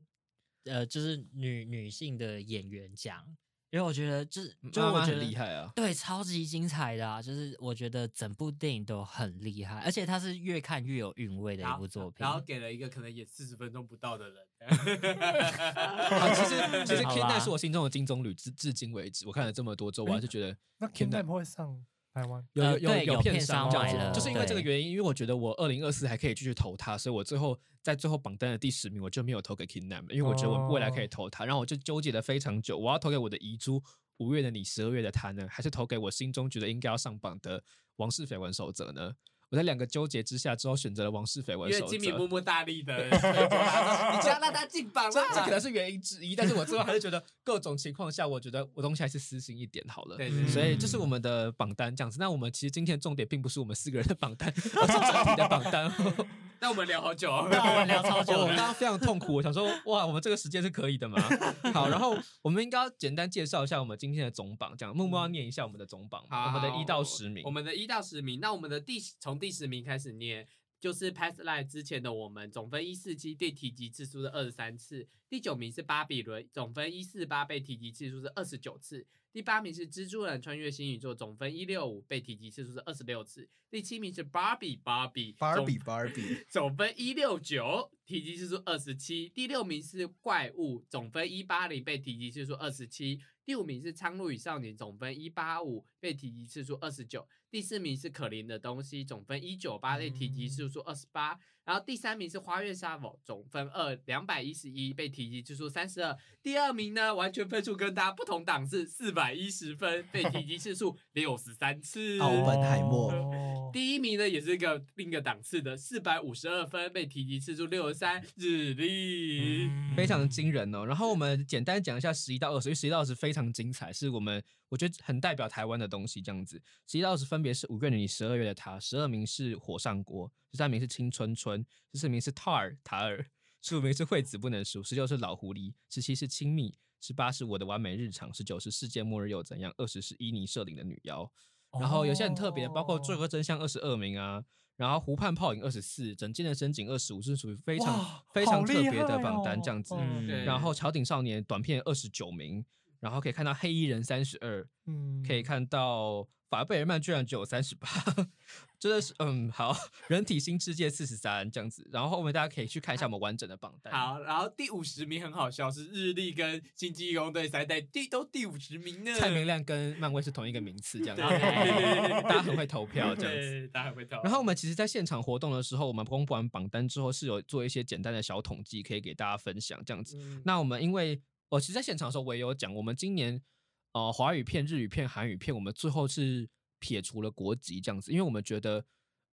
呃，就是女女性的演员奖，因为我觉得就是，就
嗯妈
我
妈
觉
很
得
厉害 啊
对，超级精彩的啊！就是我觉得整部电影都很厉害，而且它是越看越有韵味的
然
一
后
部作品。嗯
然后给了一个可能也四十分钟不到的人。
啊、其实其实
好
Kid
吧
Night 是我心中的金棕榈，至至今为止，我看了这么 多周，我还是觉得
那
Kidnap
Kidnap 会上台湾，
有
呃
有
对有
片
片商
这样
买
子，
了
就是因为这个
对
原因，因为我觉得我二零二四还可以继续投它，所以我最后在最后榜单的第十名我就没有投给 Kidnap，因为我觉得我未来可以
哦
投它，然后我就纠结了非常久，我要投给我的遗珠五月的你，十二月的他呢，还是投给我心中觉得应该要上榜的王室绯闻守则呢？我在两个纠结之下之后选择了王室绯闻
因为
守
金米
则
木木大力 的推荐他，你就要让他进榜
这这可能
啦。
是原因之一，但是我最后还是觉得各种情况下，我觉得我东西还是私心一点好了。
对对，对
所以这是我们的榜单这样子。那我们其实今天的重点并不是我们四个人的榜单，而是整体的榜单哦。
那我们聊好久哦，
那我们聊超久
我刚
的。
刚非常痛苦，我想说，哇，我们这个时间是可以的吗？好，然后我们应该要简单介绍一下我们今天的总榜，这样默默要念一下我们的总榜，
好，
我们
好
的一到十名
我。们的一到十名。那我们的第十从第十名开始念，就是 Past Life 之前的我们总分一四七，被提及次数是二十三次。第九名是巴比伦，总分一四八，被提及次数是二十九次。第八名是蜘蛛人穿越新宇宙，总分一六五，被提及次数是二十六次。第七名是 Barbie Barbie
芭
总
比芭比，
总分一六九，体积次数二十七。第六名是怪物，总分一八零，被体积次数二十七。第五名是苍鹭与少年，总分一八五，被体积次数二十九。第四名是可怜的东西，总分一九八，被体积次数二十八。然后第三名是花月沙否，总分二两百一十一，被体积次数三十二。第二名呢，完全分数跟他不同档次，四百一十分，被体积次数六十三次。
奥本海默
哦
第一名呢，也是一个另一个档次的，四百五十二分，被提及次数六十三，日历。
嗯
非常惊人哦。然后我们简单讲一下十一到二十，因为十一到二十非常精彩，是我们我觉得很代表台湾的东西这样子。十一到二十分别是五月的你，十二月的他，十二名是火上锅，十三名是青春春，十四名是塔尔塔尔，十五名是惠子不能输，十六是老狐狸，十七是亲密。十八是我的完美日常，十九是世界末日又怎样，二十是伊尼舍林的女妖，
哦
然后有些很特别，包括《罪恶真相》二十二名啊，然后《湖畔泡影》二十四，《整间的深井》二十五，是属于非常
哇
非常
好
特
厉
别的
害
榜单
哦
这样子。
嗯
对
然后《桥顶少年》短片二十九名，然后可以看到《黑衣人》三十二，
嗯
可以看到法贝尔曼居然只有三十八， 真的是嗯好，《 人体新世界》四十三这样子。然后后面大家可以去看一下我们完整的榜单。，
好，然后第五十名很好笑，是日历跟星际义工队三代，第都第五十名呢。
蔡明亮跟漫威是同一个名次这样子，
对
大家很会投票这样子。
对，大家很会投。
然后我们其实，在现场活动的时候，我们公布完榜单之后，是有做一些简单的小统计，可以给大家分享这样子。
嗯，
那我们因为我其实，在现场的时候，我也有讲，我们今年呃华语片、日语片、韩语片，我们最后是撇除了国籍这样子，因为我们觉得，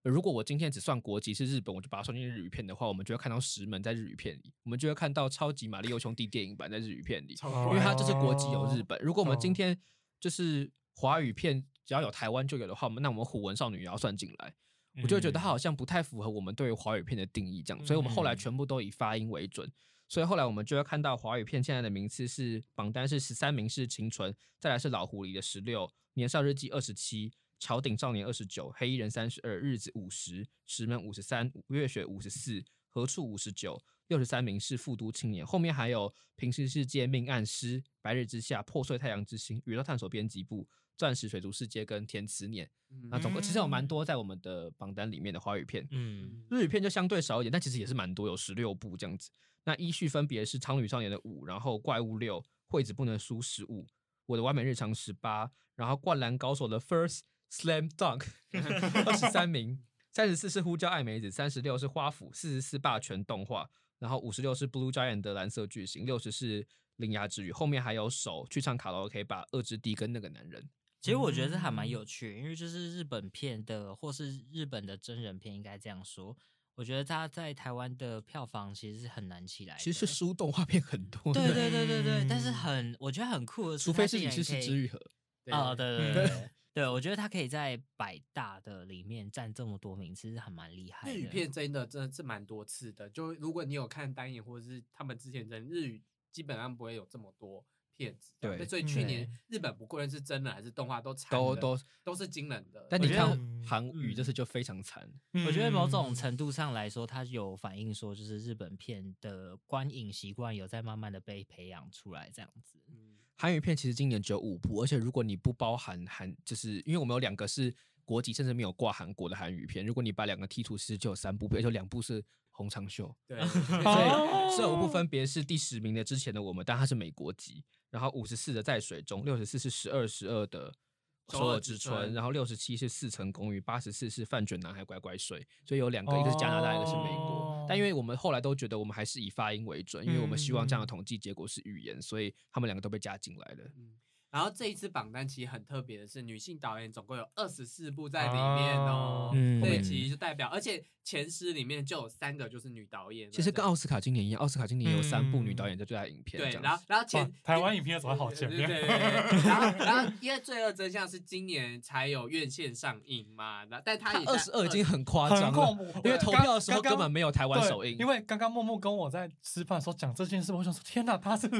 呃如果我今天只算国籍是日本，我就把它算进日语片的话，我们就会看到石门在日语片里，我们就会看到超级马里奥兄弟电影版在日语片里，
超
因
因
怪
为它就是国籍有日
哦
本。如果我们今
懂
天就是华语片只要有台湾就有的话，我们那我们虎纹少女也要算进来。我就会
嗯
觉得它好像不太符合我们对于华语片的定义，这样，所以我们后来
嗯
全部都以发音为准。所以后来我们就会看到华语片现在的名次是榜单是十三名是青春，再来是老狐狸的十六，年少日记二十七，桥顶少年二十九，黑衣人三十二，日子五十，石门五十三，五月雪五十四，何处五十九，六十三名是复都青年，后面还有平行世界命案师、白日之下、破碎太阳之心、宇宙探索编辑部、钻石水族世界跟天慈年。
嗯
那总共其实有蛮多在我们的榜单里面的华语片，
嗯，
日语片就相对少一点，但其实也是蛮多，有十六部这样子。那依序分别是《苍鹭少年》的五，然后《怪物六》，《惠子不能输》十五，《我的完美日常》十八，然后《灌篮高手》的 First Slam Dunk 二十三名，三十四是《呼叫爱美子》，三十六是《花府》，四十四霸权动画，然后五十六是 Blue Giant 的蓝色巨星，六十是《铃芽之旅》，后面还有手去唱卡拉 OK 吧，《二之地》跟那个男人。
其实我觉得这还蛮
嗯
有趣的，因为就是日本片的或是日本的真人片，应该这样说。我觉得它在台湾的票房其实是很难起来的，
其实书动画片很多的，
哎对对对对对，但是
嗯
很我觉得很酷的是
除
它
非是
竟
你
然
是是
可以
之愈合。
哦，对对
嗯
对对对，我觉得他可以在百大的里面占这么多名次，是很蛮厉害的。
日语片真的真的是蛮多次的，就如果你有看单眼或者是他们之前真日语，基本上不会有这么多片子。
对
所以去
嗯
年
对
日本不论是真人还是动画都惨
都
了
都
都是惊人的。
但
我
你
觉得
看
嗯
韩语这
嗯
次就非常惨，
我觉得某
嗯
种程度上来说，它有反映说，就是日本片的观影习惯有在慢慢的被培养出来，这样子。
嗯
韩语片其实今年只有五部，而且如果你不包含韩，就是因为我们有两个是国籍甚至没有挂韩国的韩语片，如果你把两个剔除，其实就有三部片，而且两部是洪长秀，
对，
所
所以
以这五部分别是第十名的之前的我们，但它是美国籍，然后五十四的在水中，六十四是十二十二的。
首
首
尔
尔
之
之春，
春
然后六十七是四层公寓，八十四是饭卷男孩乖乖睡，所以有两个，一个是加拿大，一个是美国
哦。
但因为我们后来都觉得我们还嗯是以发音为准，因为我们希望这样的统计结果是语言，所以他们两个都被加进来了。
嗯然后这一次榜单其实很特别的是，女性导演总共有二十四部在里面哦
啊，
嗯
所以其实就代表，而且前十里面就有三个就是女导演了，
其实跟
这样
奥斯卡今年一样，奥斯卡今年有三部女导演在最佳影片，
对
这，样
然后
子
然后前
哇台湾影片走在好前
对对
面，
对对对然后然后因为《罪恶真相》是今年才有院线上映嘛，那但它
他
也在
二十二已经很夸张
很恐
了，
怖，
因为投票的时候
刚刚
根本没有台湾
对
首映，
因为刚刚默默跟我在吃饭的时候讲这件事，我想说天哪，他是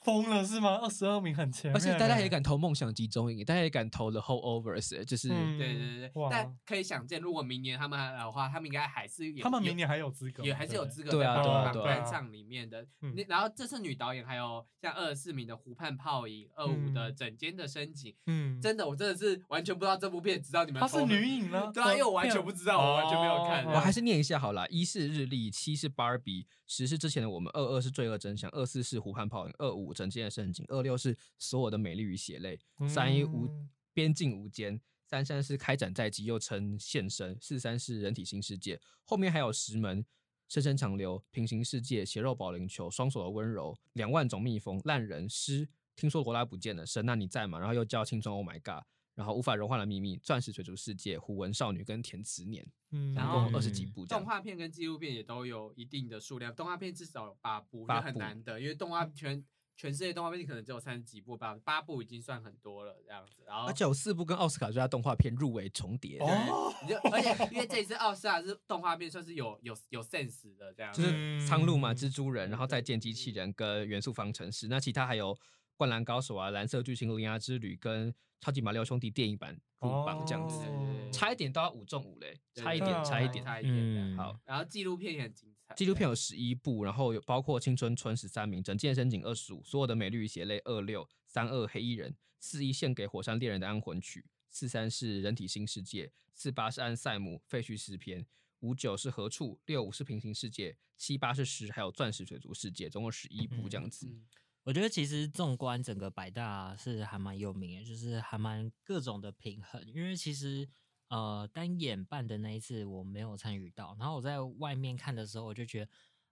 疯了是吗？二十二名很前面，欸
而且大家也，敢投梦想集中营，大家也敢投 The Whole Overs，就是
嗯
对对对对
哇，
但可以想见，如果明年他们还来的话，他们应该还是有
他们
有
明年还有资格吗，
也还是有
对不对
资格
对
在
啊
榜
对啊
榜
对啊
单上里面的。
嗯
你然后这次女导演还有像二十四名的湖畔泡影、二五的
嗯
整间的深井，
嗯，
真的我真的是完全不知道这部片，直到你们
她是
投了
女影呢，
对啊，因为我完全不知道，我完全没有看。
哦
我还是念一下好了。一是日历，七是芭比，十是之前的我们，二二是罪恶真相，二四是湖畔泡影，二五整间的圣经，二六是所有的美丽与血泪，三一无
嗯
边境无间，三三是开展在即，又称现身，四三是人体新世界，后面还有石门。深深长流、平行世界、血肉保龄球、双手的温柔、两万种蜜蜂、烂人、诗，听说罗拉不见了，神，那你在吗？然后又叫青春，Oh my god！然后无法融化的秘密、钻石追逐世界、虎纹少女跟填词年，
嗯
然
然
后
后二十几部这样
动。画片跟纪录片也都有一定的数量，动画片至少有八部，
八
就很
部嗯
难得，因为动画全全世界动画片可能只有三十几部吧，八部已经算很多了这样子。然后
而且有啊四部跟奥斯卡最佳动画片入围重叠，
哦，
你就而且因为这一次奥斯卡是动画片，算是有有有 sense 的这样
就
子。
是苍鹭嘛、
嗯
蜘蛛人，然后再见机器人跟元素方程式。那其他还有《灌篮高手》啊、《蓝色巨星》、《铃芽之旅》跟《超级马里奥兄弟》电影版入榜这样子，
哦
差一点都要五中五嘞，
对
差一
对
点，
对
差一
啊
点。
哦差一点这样。
嗯，
好，
然后纪录片也很精彩，
纪录片有嗯十一部，然后有包括《青春春》十三名，《整件深井》二十五，《所有的美丽与血泪》二六，《三二黑衣人》四一献给火山猎人的安魂曲，四三是人体新世界，四八是安塞姆废墟诗篇，五九是何处，六五是平行世界，七八是十，还有钻石水族世界，总共十一部这样子。
嗯
我觉得其实纵观整个百大是还蛮有名的，就是还蛮各种的平衡。因为其实呃单眼办的那一次我没有参与到，然后我在外面看的时候，我就觉得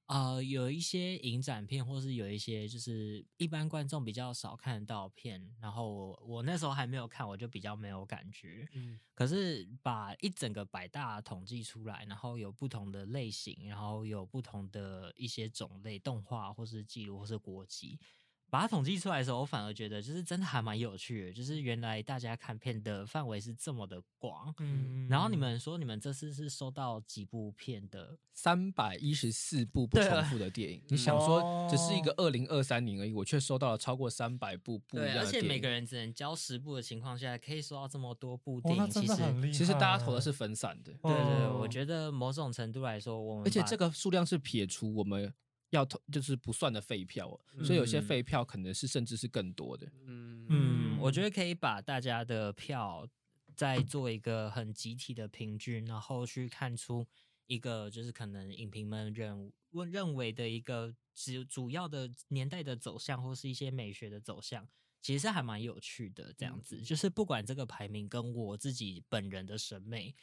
呃有一些影展片，或是有一些就是一般观众比较少看得到的片，然后我我那时候还没有看，我就比较没有感觉。
嗯
可是把一整个百大统计出来，然后有不同的类型，然后有不同的一些种类，动画或是记录或是国籍，把它统计出来的时候，我反而觉得就是真的还蛮有趣的，就是原来大家看片的范围是这么的广。
嗯
然后你们说你们这次是收到几部片的？
三百一十四部不
对
重
啊哦
复的电影，
嗯
你想说只是一个二零二三年而已，我却收到了超过三百部不一
对，
样
而
的
且
电
每
影
个。人只能交十部的情况下，可以收到这么多部
哦
电影，
那真
其
的
实
很厉害，
其实大家
嗯
投的是分散的，
对对，
哦
我觉得某种程度来说，我们
而且
把
这个数量是撇除我们要投，就是不算的废票哦，所以有些
嗯
废票可能是甚至是更多的。
嗯
嗯，我
嗯
觉得可以把大家的票再做一个很集体的平均，然后去看出一个就是可能影评们认问认为的一个主主要的年代的走向，或是一些美学的走向，其实还蛮有趣的。这样子，就是不管这个排名跟我自己本人的审美。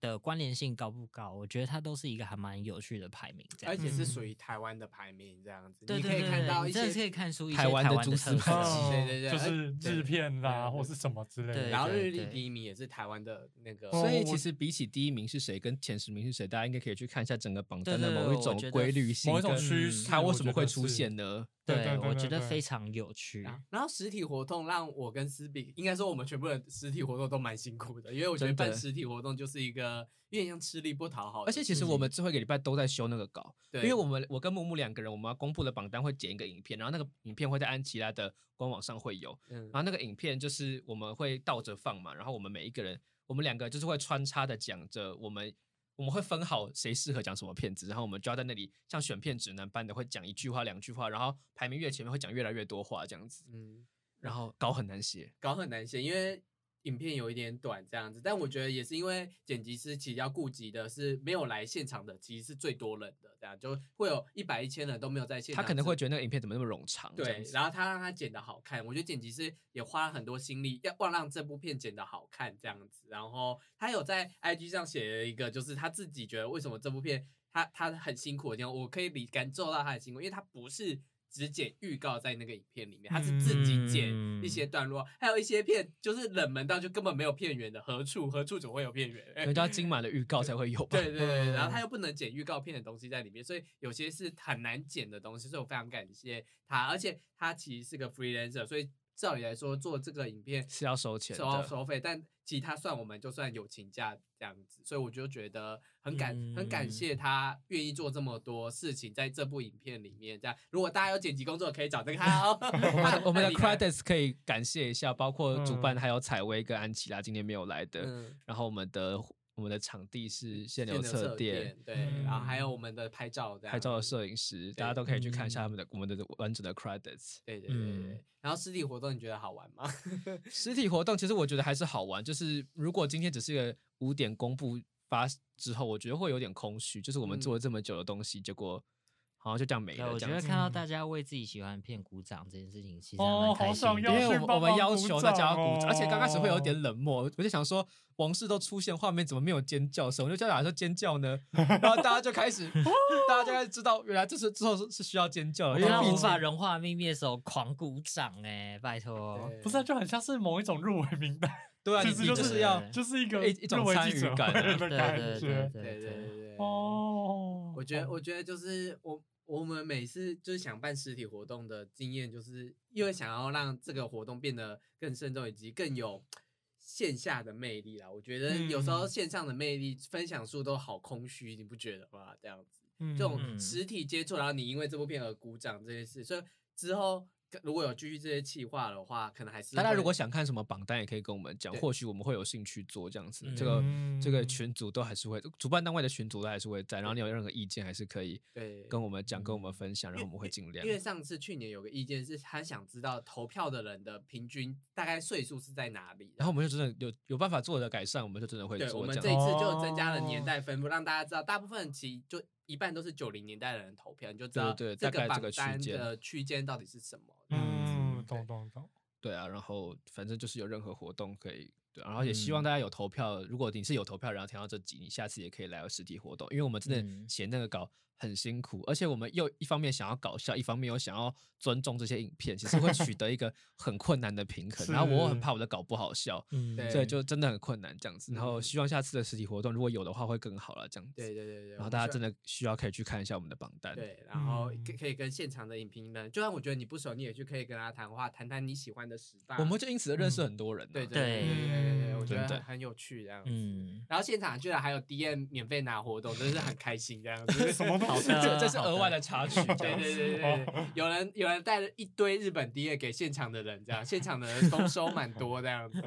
的关联性高不高？我觉得它都是一个还蛮有趣的排名，这样
而
子。
且是属于台湾的排名这样子，
对
你
对
可以
对
看
对
到
你
一
真的可
些。
以看出一
台
些
湾的
的
蛛丝
特
马
色
迹
哦
对对对
就是
对
日片啦
对对
或是什么之类
对
的，
然后日
对
历
对
第一名也是台湾的那个，
哦
所以
我
其实比起第一名是谁跟前十名是谁，大家应该可以去看一下整个榜
对
单的
对对
某一
我
种
觉得
规律性
某一
跟，
种趋
嗯
势，
它为
我
什
觉
么会
得
出
是
现呢？
对
对，
对对
我
对
觉得
对
非常有趣。
然后然后实体活动让我跟思比，应该说我们全部人实体活动都蛮辛苦的，因为我觉得
真的
办实体活动就是一个有点像吃力不讨好的
而
事情。
且其实我们最后一个礼拜都在修那个稿，
对，
因为我们我跟木木两个人，我们要公布的榜单会剪一个影片，然后那个影片会在安琪拉的官网上会有，
嗯
然后那个影片就是我们会倒着放嘛，然后我们每一个人，我们两个就是会穿插的讲着我们。我们会分好谁适合讲什么片子，然后我们就要在那里像选片指南般的会讲一句话、两句话，然后排名越前面会讲越来越多话这样子，
嗯，
然后稿很难写，
稿很难写，因为影片有一点短这样子，但我觉得也是因为剪辑师其实要顾及的是没有来现场的，其实是最多人的，这样就会有一百一千人都没有在现
他
场，
可能会觉得那个影片怎么那么冗长这样
对，
子。
然后他让他剪的好看，我觉得剪辑师也花了很多心力，要要让这部片剪的好看这样子。然后他有在 IG 上写了一个，就是他自己觉得为什么这部片他他很辛苦的地方，我可以理感受到他的辛苦，因为他不是只剪预告在那个影片里面，他是自己剪一
嗯
些段落，还有一些片就是冷门到就根本没有片源的，何处何处总会有片源。
人家金马的预告才会 有吧？
对对对，然
嗯
后他又不能剪预告片的东西在里面，所以有些是很难剪的东西，所以我非常感谢他，而且他其实是个 freelancer，所以照理来说做这个影片
是要收钱的
收收费，但其实他算我们就算友情价这样子，所以我就觉得很感、很
嗯
感谢他愿意做这么多事情在这部影片里面。这样，如果大家有剪辑工作，可以找这个他哦。
我们的 我们的
太厉害了
credits 可以感谢一下，包括主办还有采薇跟安琪拉今天没有来的，
嗯
然后我们的我们的场地是限
电
流测
店
店，
对，
嗯
然后还有我们的拍照这样
拍照的
子
摄影师，
对
大家都可以去看一下他们的我们的完整的 credits。
对对对对对。
嗯
然后实体活动你觉得好玩吗？
实体活动其实我觉得还是好玩，就是如果今天只是一个五点公布发之后，我觉得会有点空虚，就是我们
嗯
做了这么久的东西，结果好像就这样没
对，
了
我
这
觉
样
得
子。
看到
嗯
大家为自己喜欢的片鼓掌这件事情，其实还
哦
蛮
好
开心
想
的。
要
因为
是
我们
帮
我们
忙
要
鼓
求大家要
掌
鼓掌，而且刚开始会有
哦
点冷漠，我就想说王室都出现画面，怎么没有尖叫声？我就叫大家说尖叫呢，然后大家就开始， 大家就开始知道原来这是之后是是需要尖叫的，因
我
为
哦
他
毕
无
竟
法融化秘密的时候狂鼓掌哎、拜托，
对
不是啊、就很像是某一种入围名单，
对啊，
其
你
实
你
就
就是是要
对
就是一个
一一种
入围
参
记
与
者
感
会
啊
的
对
感
对对
觉。
对
对对对
对，
对。
哦，
我觉得，我觉得就是我我们每次就是想办实体活动的经验，就是因为想要让这个活动变得更慎重以及更有线下的魅力啦。我觉得有时候
嗯
线上的魅力分享数都好空虚，你不觉得吗？这样子。
这
这种
嗯
实体接触，然后你因为这部片而鼓掌这件事，所以之后如果有继续这些企划的话，可能还是
大家
会
如果想看什么榜单，也可以跟我们讲，
对
或许我们会有兴趣做这样子。
嗯
这个这个群组都还是会，主办单位的群组都还是会在，然后你有任何意见还是可以
对
跟我们讲，跟我们分享，
因
然
为
后我们会尽量
因。为上次去年有个意见是，他想知道投票的人的平均大概岁数是在哪里，
然后我们就真的有有办法做的改善，我们就真的会
对，我
做
们
这
这一
样。
次就增加了
哦
年代分布，让大家知道，大部分其实就一半都是九零年代的人投票，你就知道
对对大
这
概这
个榜
个区
单
间
的区间到底是什么。
嗯，
对
懂懂懂，
对啊，然后反正就是有任何活动可以。对，啊然后也
嗯
希望大家有投票。如果你是有投票，然后听到这集，你下次也可以来实体活动，因为我们真的
嗯
写那个稿很辛苦，而且我们又一方面想要搞笑，一方面又想要尊重这些影片，其实会取得一 个很困难的平衡。
是
然后我又很怕我的稿不好笑，
嗯
对
所以就真的很困难这样子。然后
嗯
希望下次的实体活动如果有的话会更好了这样子。
对对对对，
然后
我
大家
们希
真
望。
的需要可以去看一下我们的榜单。
对，然后可
嗯
可以跟现场的影评人，就算我觉得你不熟，你也去可以跟他谈话，谈谈你喜欢的时代。
我们就因此认识
嗯
很多人、啊
对对对对对对对，我觉得
真的
很很有趣这样子。
嗯，
然后现场居然还有 DM 免费拿活动，真是很开心这样子。
什么东西？
的
这这是额外的插曲。这
对
样
对
子
对对对，有人有人带了一堆日本 D A 给现场的人，这样现场的人丰收蛮多这样子。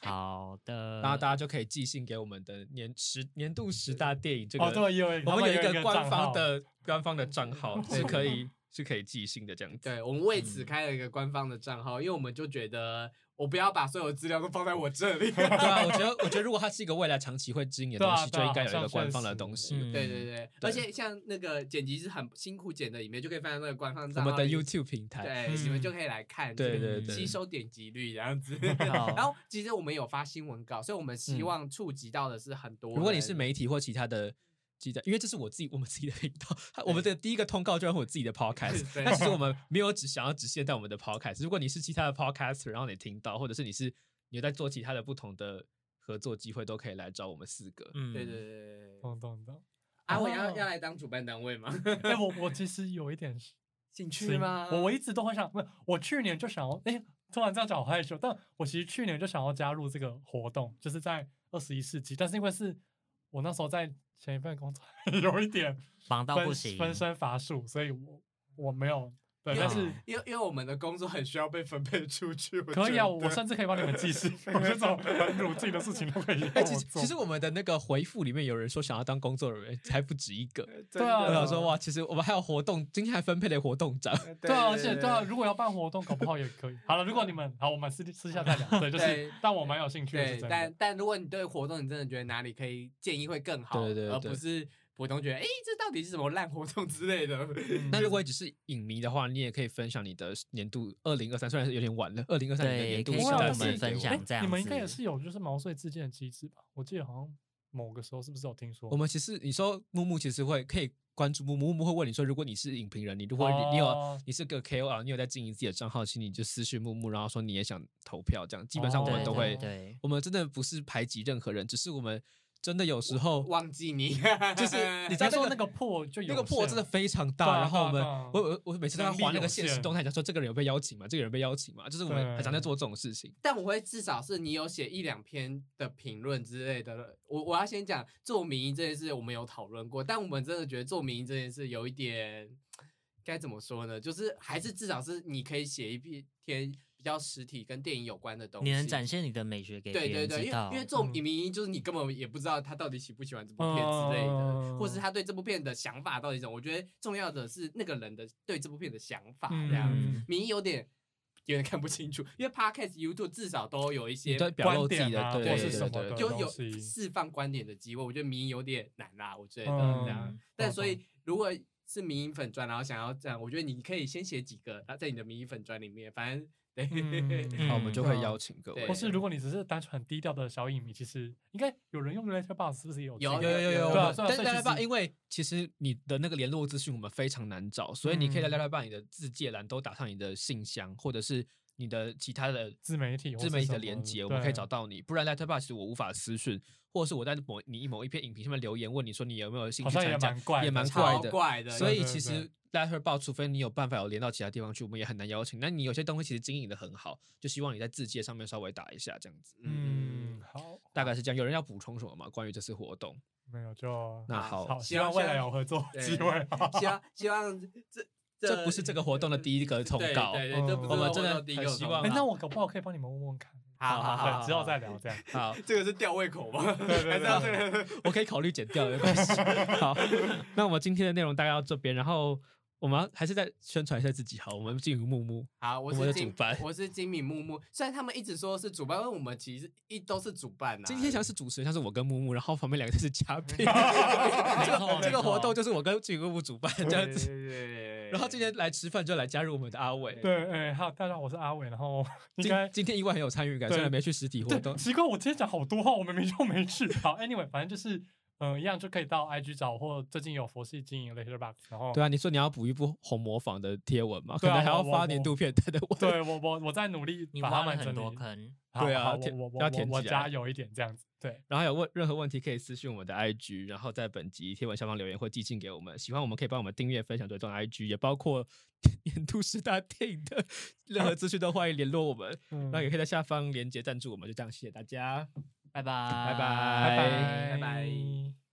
好的，
然后大家就可以寄信给我们的年十年度十大电影这个，
哦，对，有
我
他
们有一
个
个官
账
方
号，
的官方的账号
对
是可以是可以寄信的这样子。
对我们为此开了一个官方的账号，因为我们就觉得我不要把所有资料都放在我这里。
对啊，我觉得我觉得如果它是一个未来长期会经营的
对啊
东西，就
对啊
应该有
好
一
像
个官
确
方的
实
东西。
嗯
对对对，
对
而且像那个剪辑是很辛苦剪的影片，就可以放在那个官方
我
账号
们的
里
YouTube 平台，
对，
嗯
你们就可以来看，
对
就是
对对
吸收点击率这样子。
好
然后其实我们有发新闻稿，所以我们希
嗯
望触及到的是很多人。
如果你是 媒体或其他的。记得，因为这是我自己我们自己的频道， 我们的第一个通告就是我自己的 podcast
对。
但其实我们没有只想要只限在我们的 podcast。如果你是其他的 podcast，然后你听到，或者是你是你有在做其他的不同的合作机会，都可以来找我们四个。
嗯，
对对对对对，
懂懂懂。
阿伟
哦
要要来当主办单位吗？
哎，我我其实有一点
兴
是
趣吗？
我我一直都很想，不是，我去年就想要，哎、突然这样讲好害羞，但我其实去年就想要加入这个活动，就是在二十一世纪，但是因为是我那时候在前一份工作 有一点
忙到
分
不行，
分身乏术，所以我我没有对，
因为
但是。
因为因为我们的工作很需要被分配出去，我
可以啊，
觉得
我甚至可以帮你们记事，我这种很鲁劲的事情都可以
哎、
帮
其
我
实
做。
其实我们的那个回复里面有人说想要当工作人员，还不止一个。
真
对啊
我
的
想说哇，其实我们还有活动，今天还分配了活动长。
对啊，而且对啊，如果要办活动，搞不好也可以。好了，如果你们好，我们私私下再聊。对，就是
对，
但我蛮有兴趣的，是
对，
真的。
但但如果你对活动你真的觉得哪里可以建议会更好，
对对对
而不是普通觉得哎、诶这到底是什么烂活动之类的。
嗯
那如果你只是影迷的话，你也可以分享你的年度二零二三，虽然是有点晚了，二零二三年的
对
年度
可以
十
跟
大
我
电
们
影
分
给
享
哎
这样
你们应该也
子
是有就是毛遂自荐的机制吧？我记得好像某个时候是不是有听说？
我们其实你说木木其实会可以关注木木，木木会问你说，如果你是影评人，你如果你你有
哦
你是个 KOL，你有在经营自己的账号，请你就私讯木木，然后说你也想投票，这样基本上我
对
们
哦对
都会，
对，
我们真的不是排挤任何人，只是我们真的有时候
忘记你，
就是你
你
知道那
在说
个
那个破就有
那个破
限
真的非常
对
大，
啊
然后我们
对啊
我我我每次都要
能力
划那个
有
现实
限
动态，想说这个人有被邀请吗？这个人有被邀请吗？就是我们很常在
对
做这种事情。
但我会至少是你有写一两篇的评论之类的。我我要先讲做民意这件事，我们有讨论过，但我们真的觉得做民意这件事有一点该怎么说呢？就是还是至少是你可以写一篇比较实体跟电影有关的东西，
你能展现你的美学给
对
别
对
人
对，
知
因为
道
因为。做
嗯
影迷就是你根本也不知道他到底喜不喜欢这部片之类的，或是
嗯
他对这部片的想法到底是什么。我觉得重要的是那个人的对这部片的想法这样。
嗯
迷有点有点看不清楚，因为 podcast、YouTube 至少都有一些
你都表
观
露自己
点
的
啊
对
或
对
是
对
什
对
么的
就
东
有
西
释放观点的机会。我觉得迷有点难啦，我觉得
嗯
这样。但所以如果是迷影粉砖，然后想要这样，我觉得你可以先写几个，然后在你的迷影粉砖里面，反正对。
嗯
好，我们就
对
会
啊
邀请各
对
位。
或是如果你只是单纯很低调的小影迷，其实应该有人用 l e t t e r b o x 是不是也有这
有
个？
有有有有，
对啊
我们
虽然
但
说
来
其
来吧，
实
因为其实你的那个联络资讯我们非常难找，所以你可以在
嗯
来来吧你的自介栏都打上你的信箱，或者是你的其他的
自媒体或
自
是
媒体
什
的
么
连
的
接，我们可以
对
找到你。不然来来吧，其实我无法私讯，或者是我在某你某一篇影评上面留言问你说你有没有兴
好
趣
像也
参加
蛮，怪
也
的
蛮
超
怪
超
的。
怪的，
所以
对
其
对
实 Letter 报，除非你有办法有连到其他地方去，我们也很难邀请。那你有些东西其实经营的很好，就希望你在字界上面稍微打一下，这样子，
嗯，好，
大概是这样。有人要补充什么吗？关于这次活动？
没有就
那
好
好，
希
希望
望未
下
来有合作
对
机会。
希望 希望这
这不是这个活动的第一个通
对
告
对对，这不是
我
们
活
真的
动第一
很
个
希
通
望啊
哎
告，
那我搞不好可以帮你们问问看。
好好好，
对，之后再聊这样。
好，
这个是吊胃口吗？
对对
还是要
对
这个
我可以考虑剪掉，没关系。好， 那我们今天的内容大概到这边，然后我们要还是再宣传一下自己。好，我们进入木木。
好，我
我们
是
的
金，
主办
我是金米木木。虽然他们一直说是主办，因为我们其实一都是主办呐、啊
今天像是主持人，像是我跟木木，然后旁边两个是嘉 宾。
没错
这个 这
没
个活
错
动就是我跟进木木主办这样子。
对对对对
然后今天来吃饭就来加入我们的阿伟。
对，哎，好，大家好，我是阿伟，然后应
今
该
今天意外很有参与感，虽然
对
没去实体活
对
动，。
奇怪，我今天讲好多话，我明明就没去。好，anyway，反正就是，嗯，一样就可以到 IG 找我，或最近有佛系经营 Letterbox，然后
对啊，你说你要补一部红模仿的贴文嘛？可
对啊
能还要
我我
发年
我
度片 段的文。
对我我我在努力
你
把它
挖
们
了
整
很多
理。
坑，
好
对啊
好我
填
我
要啊
我
填
我我
起来
加油一点这样子。对，
然后有问任何问题，可以私讯我们的 IG，然后在本集贴文下方留言或寄信给我们。喜欢我们可以帮我们订阅、分享、追踪 IG，也包括 年度十大电影的任何资讯都欢迎联络我们。
嗯
然后也可以在下方连接赞助我们。就这样，谢谢大家。
拜拜，
拜拜
拜
拜拜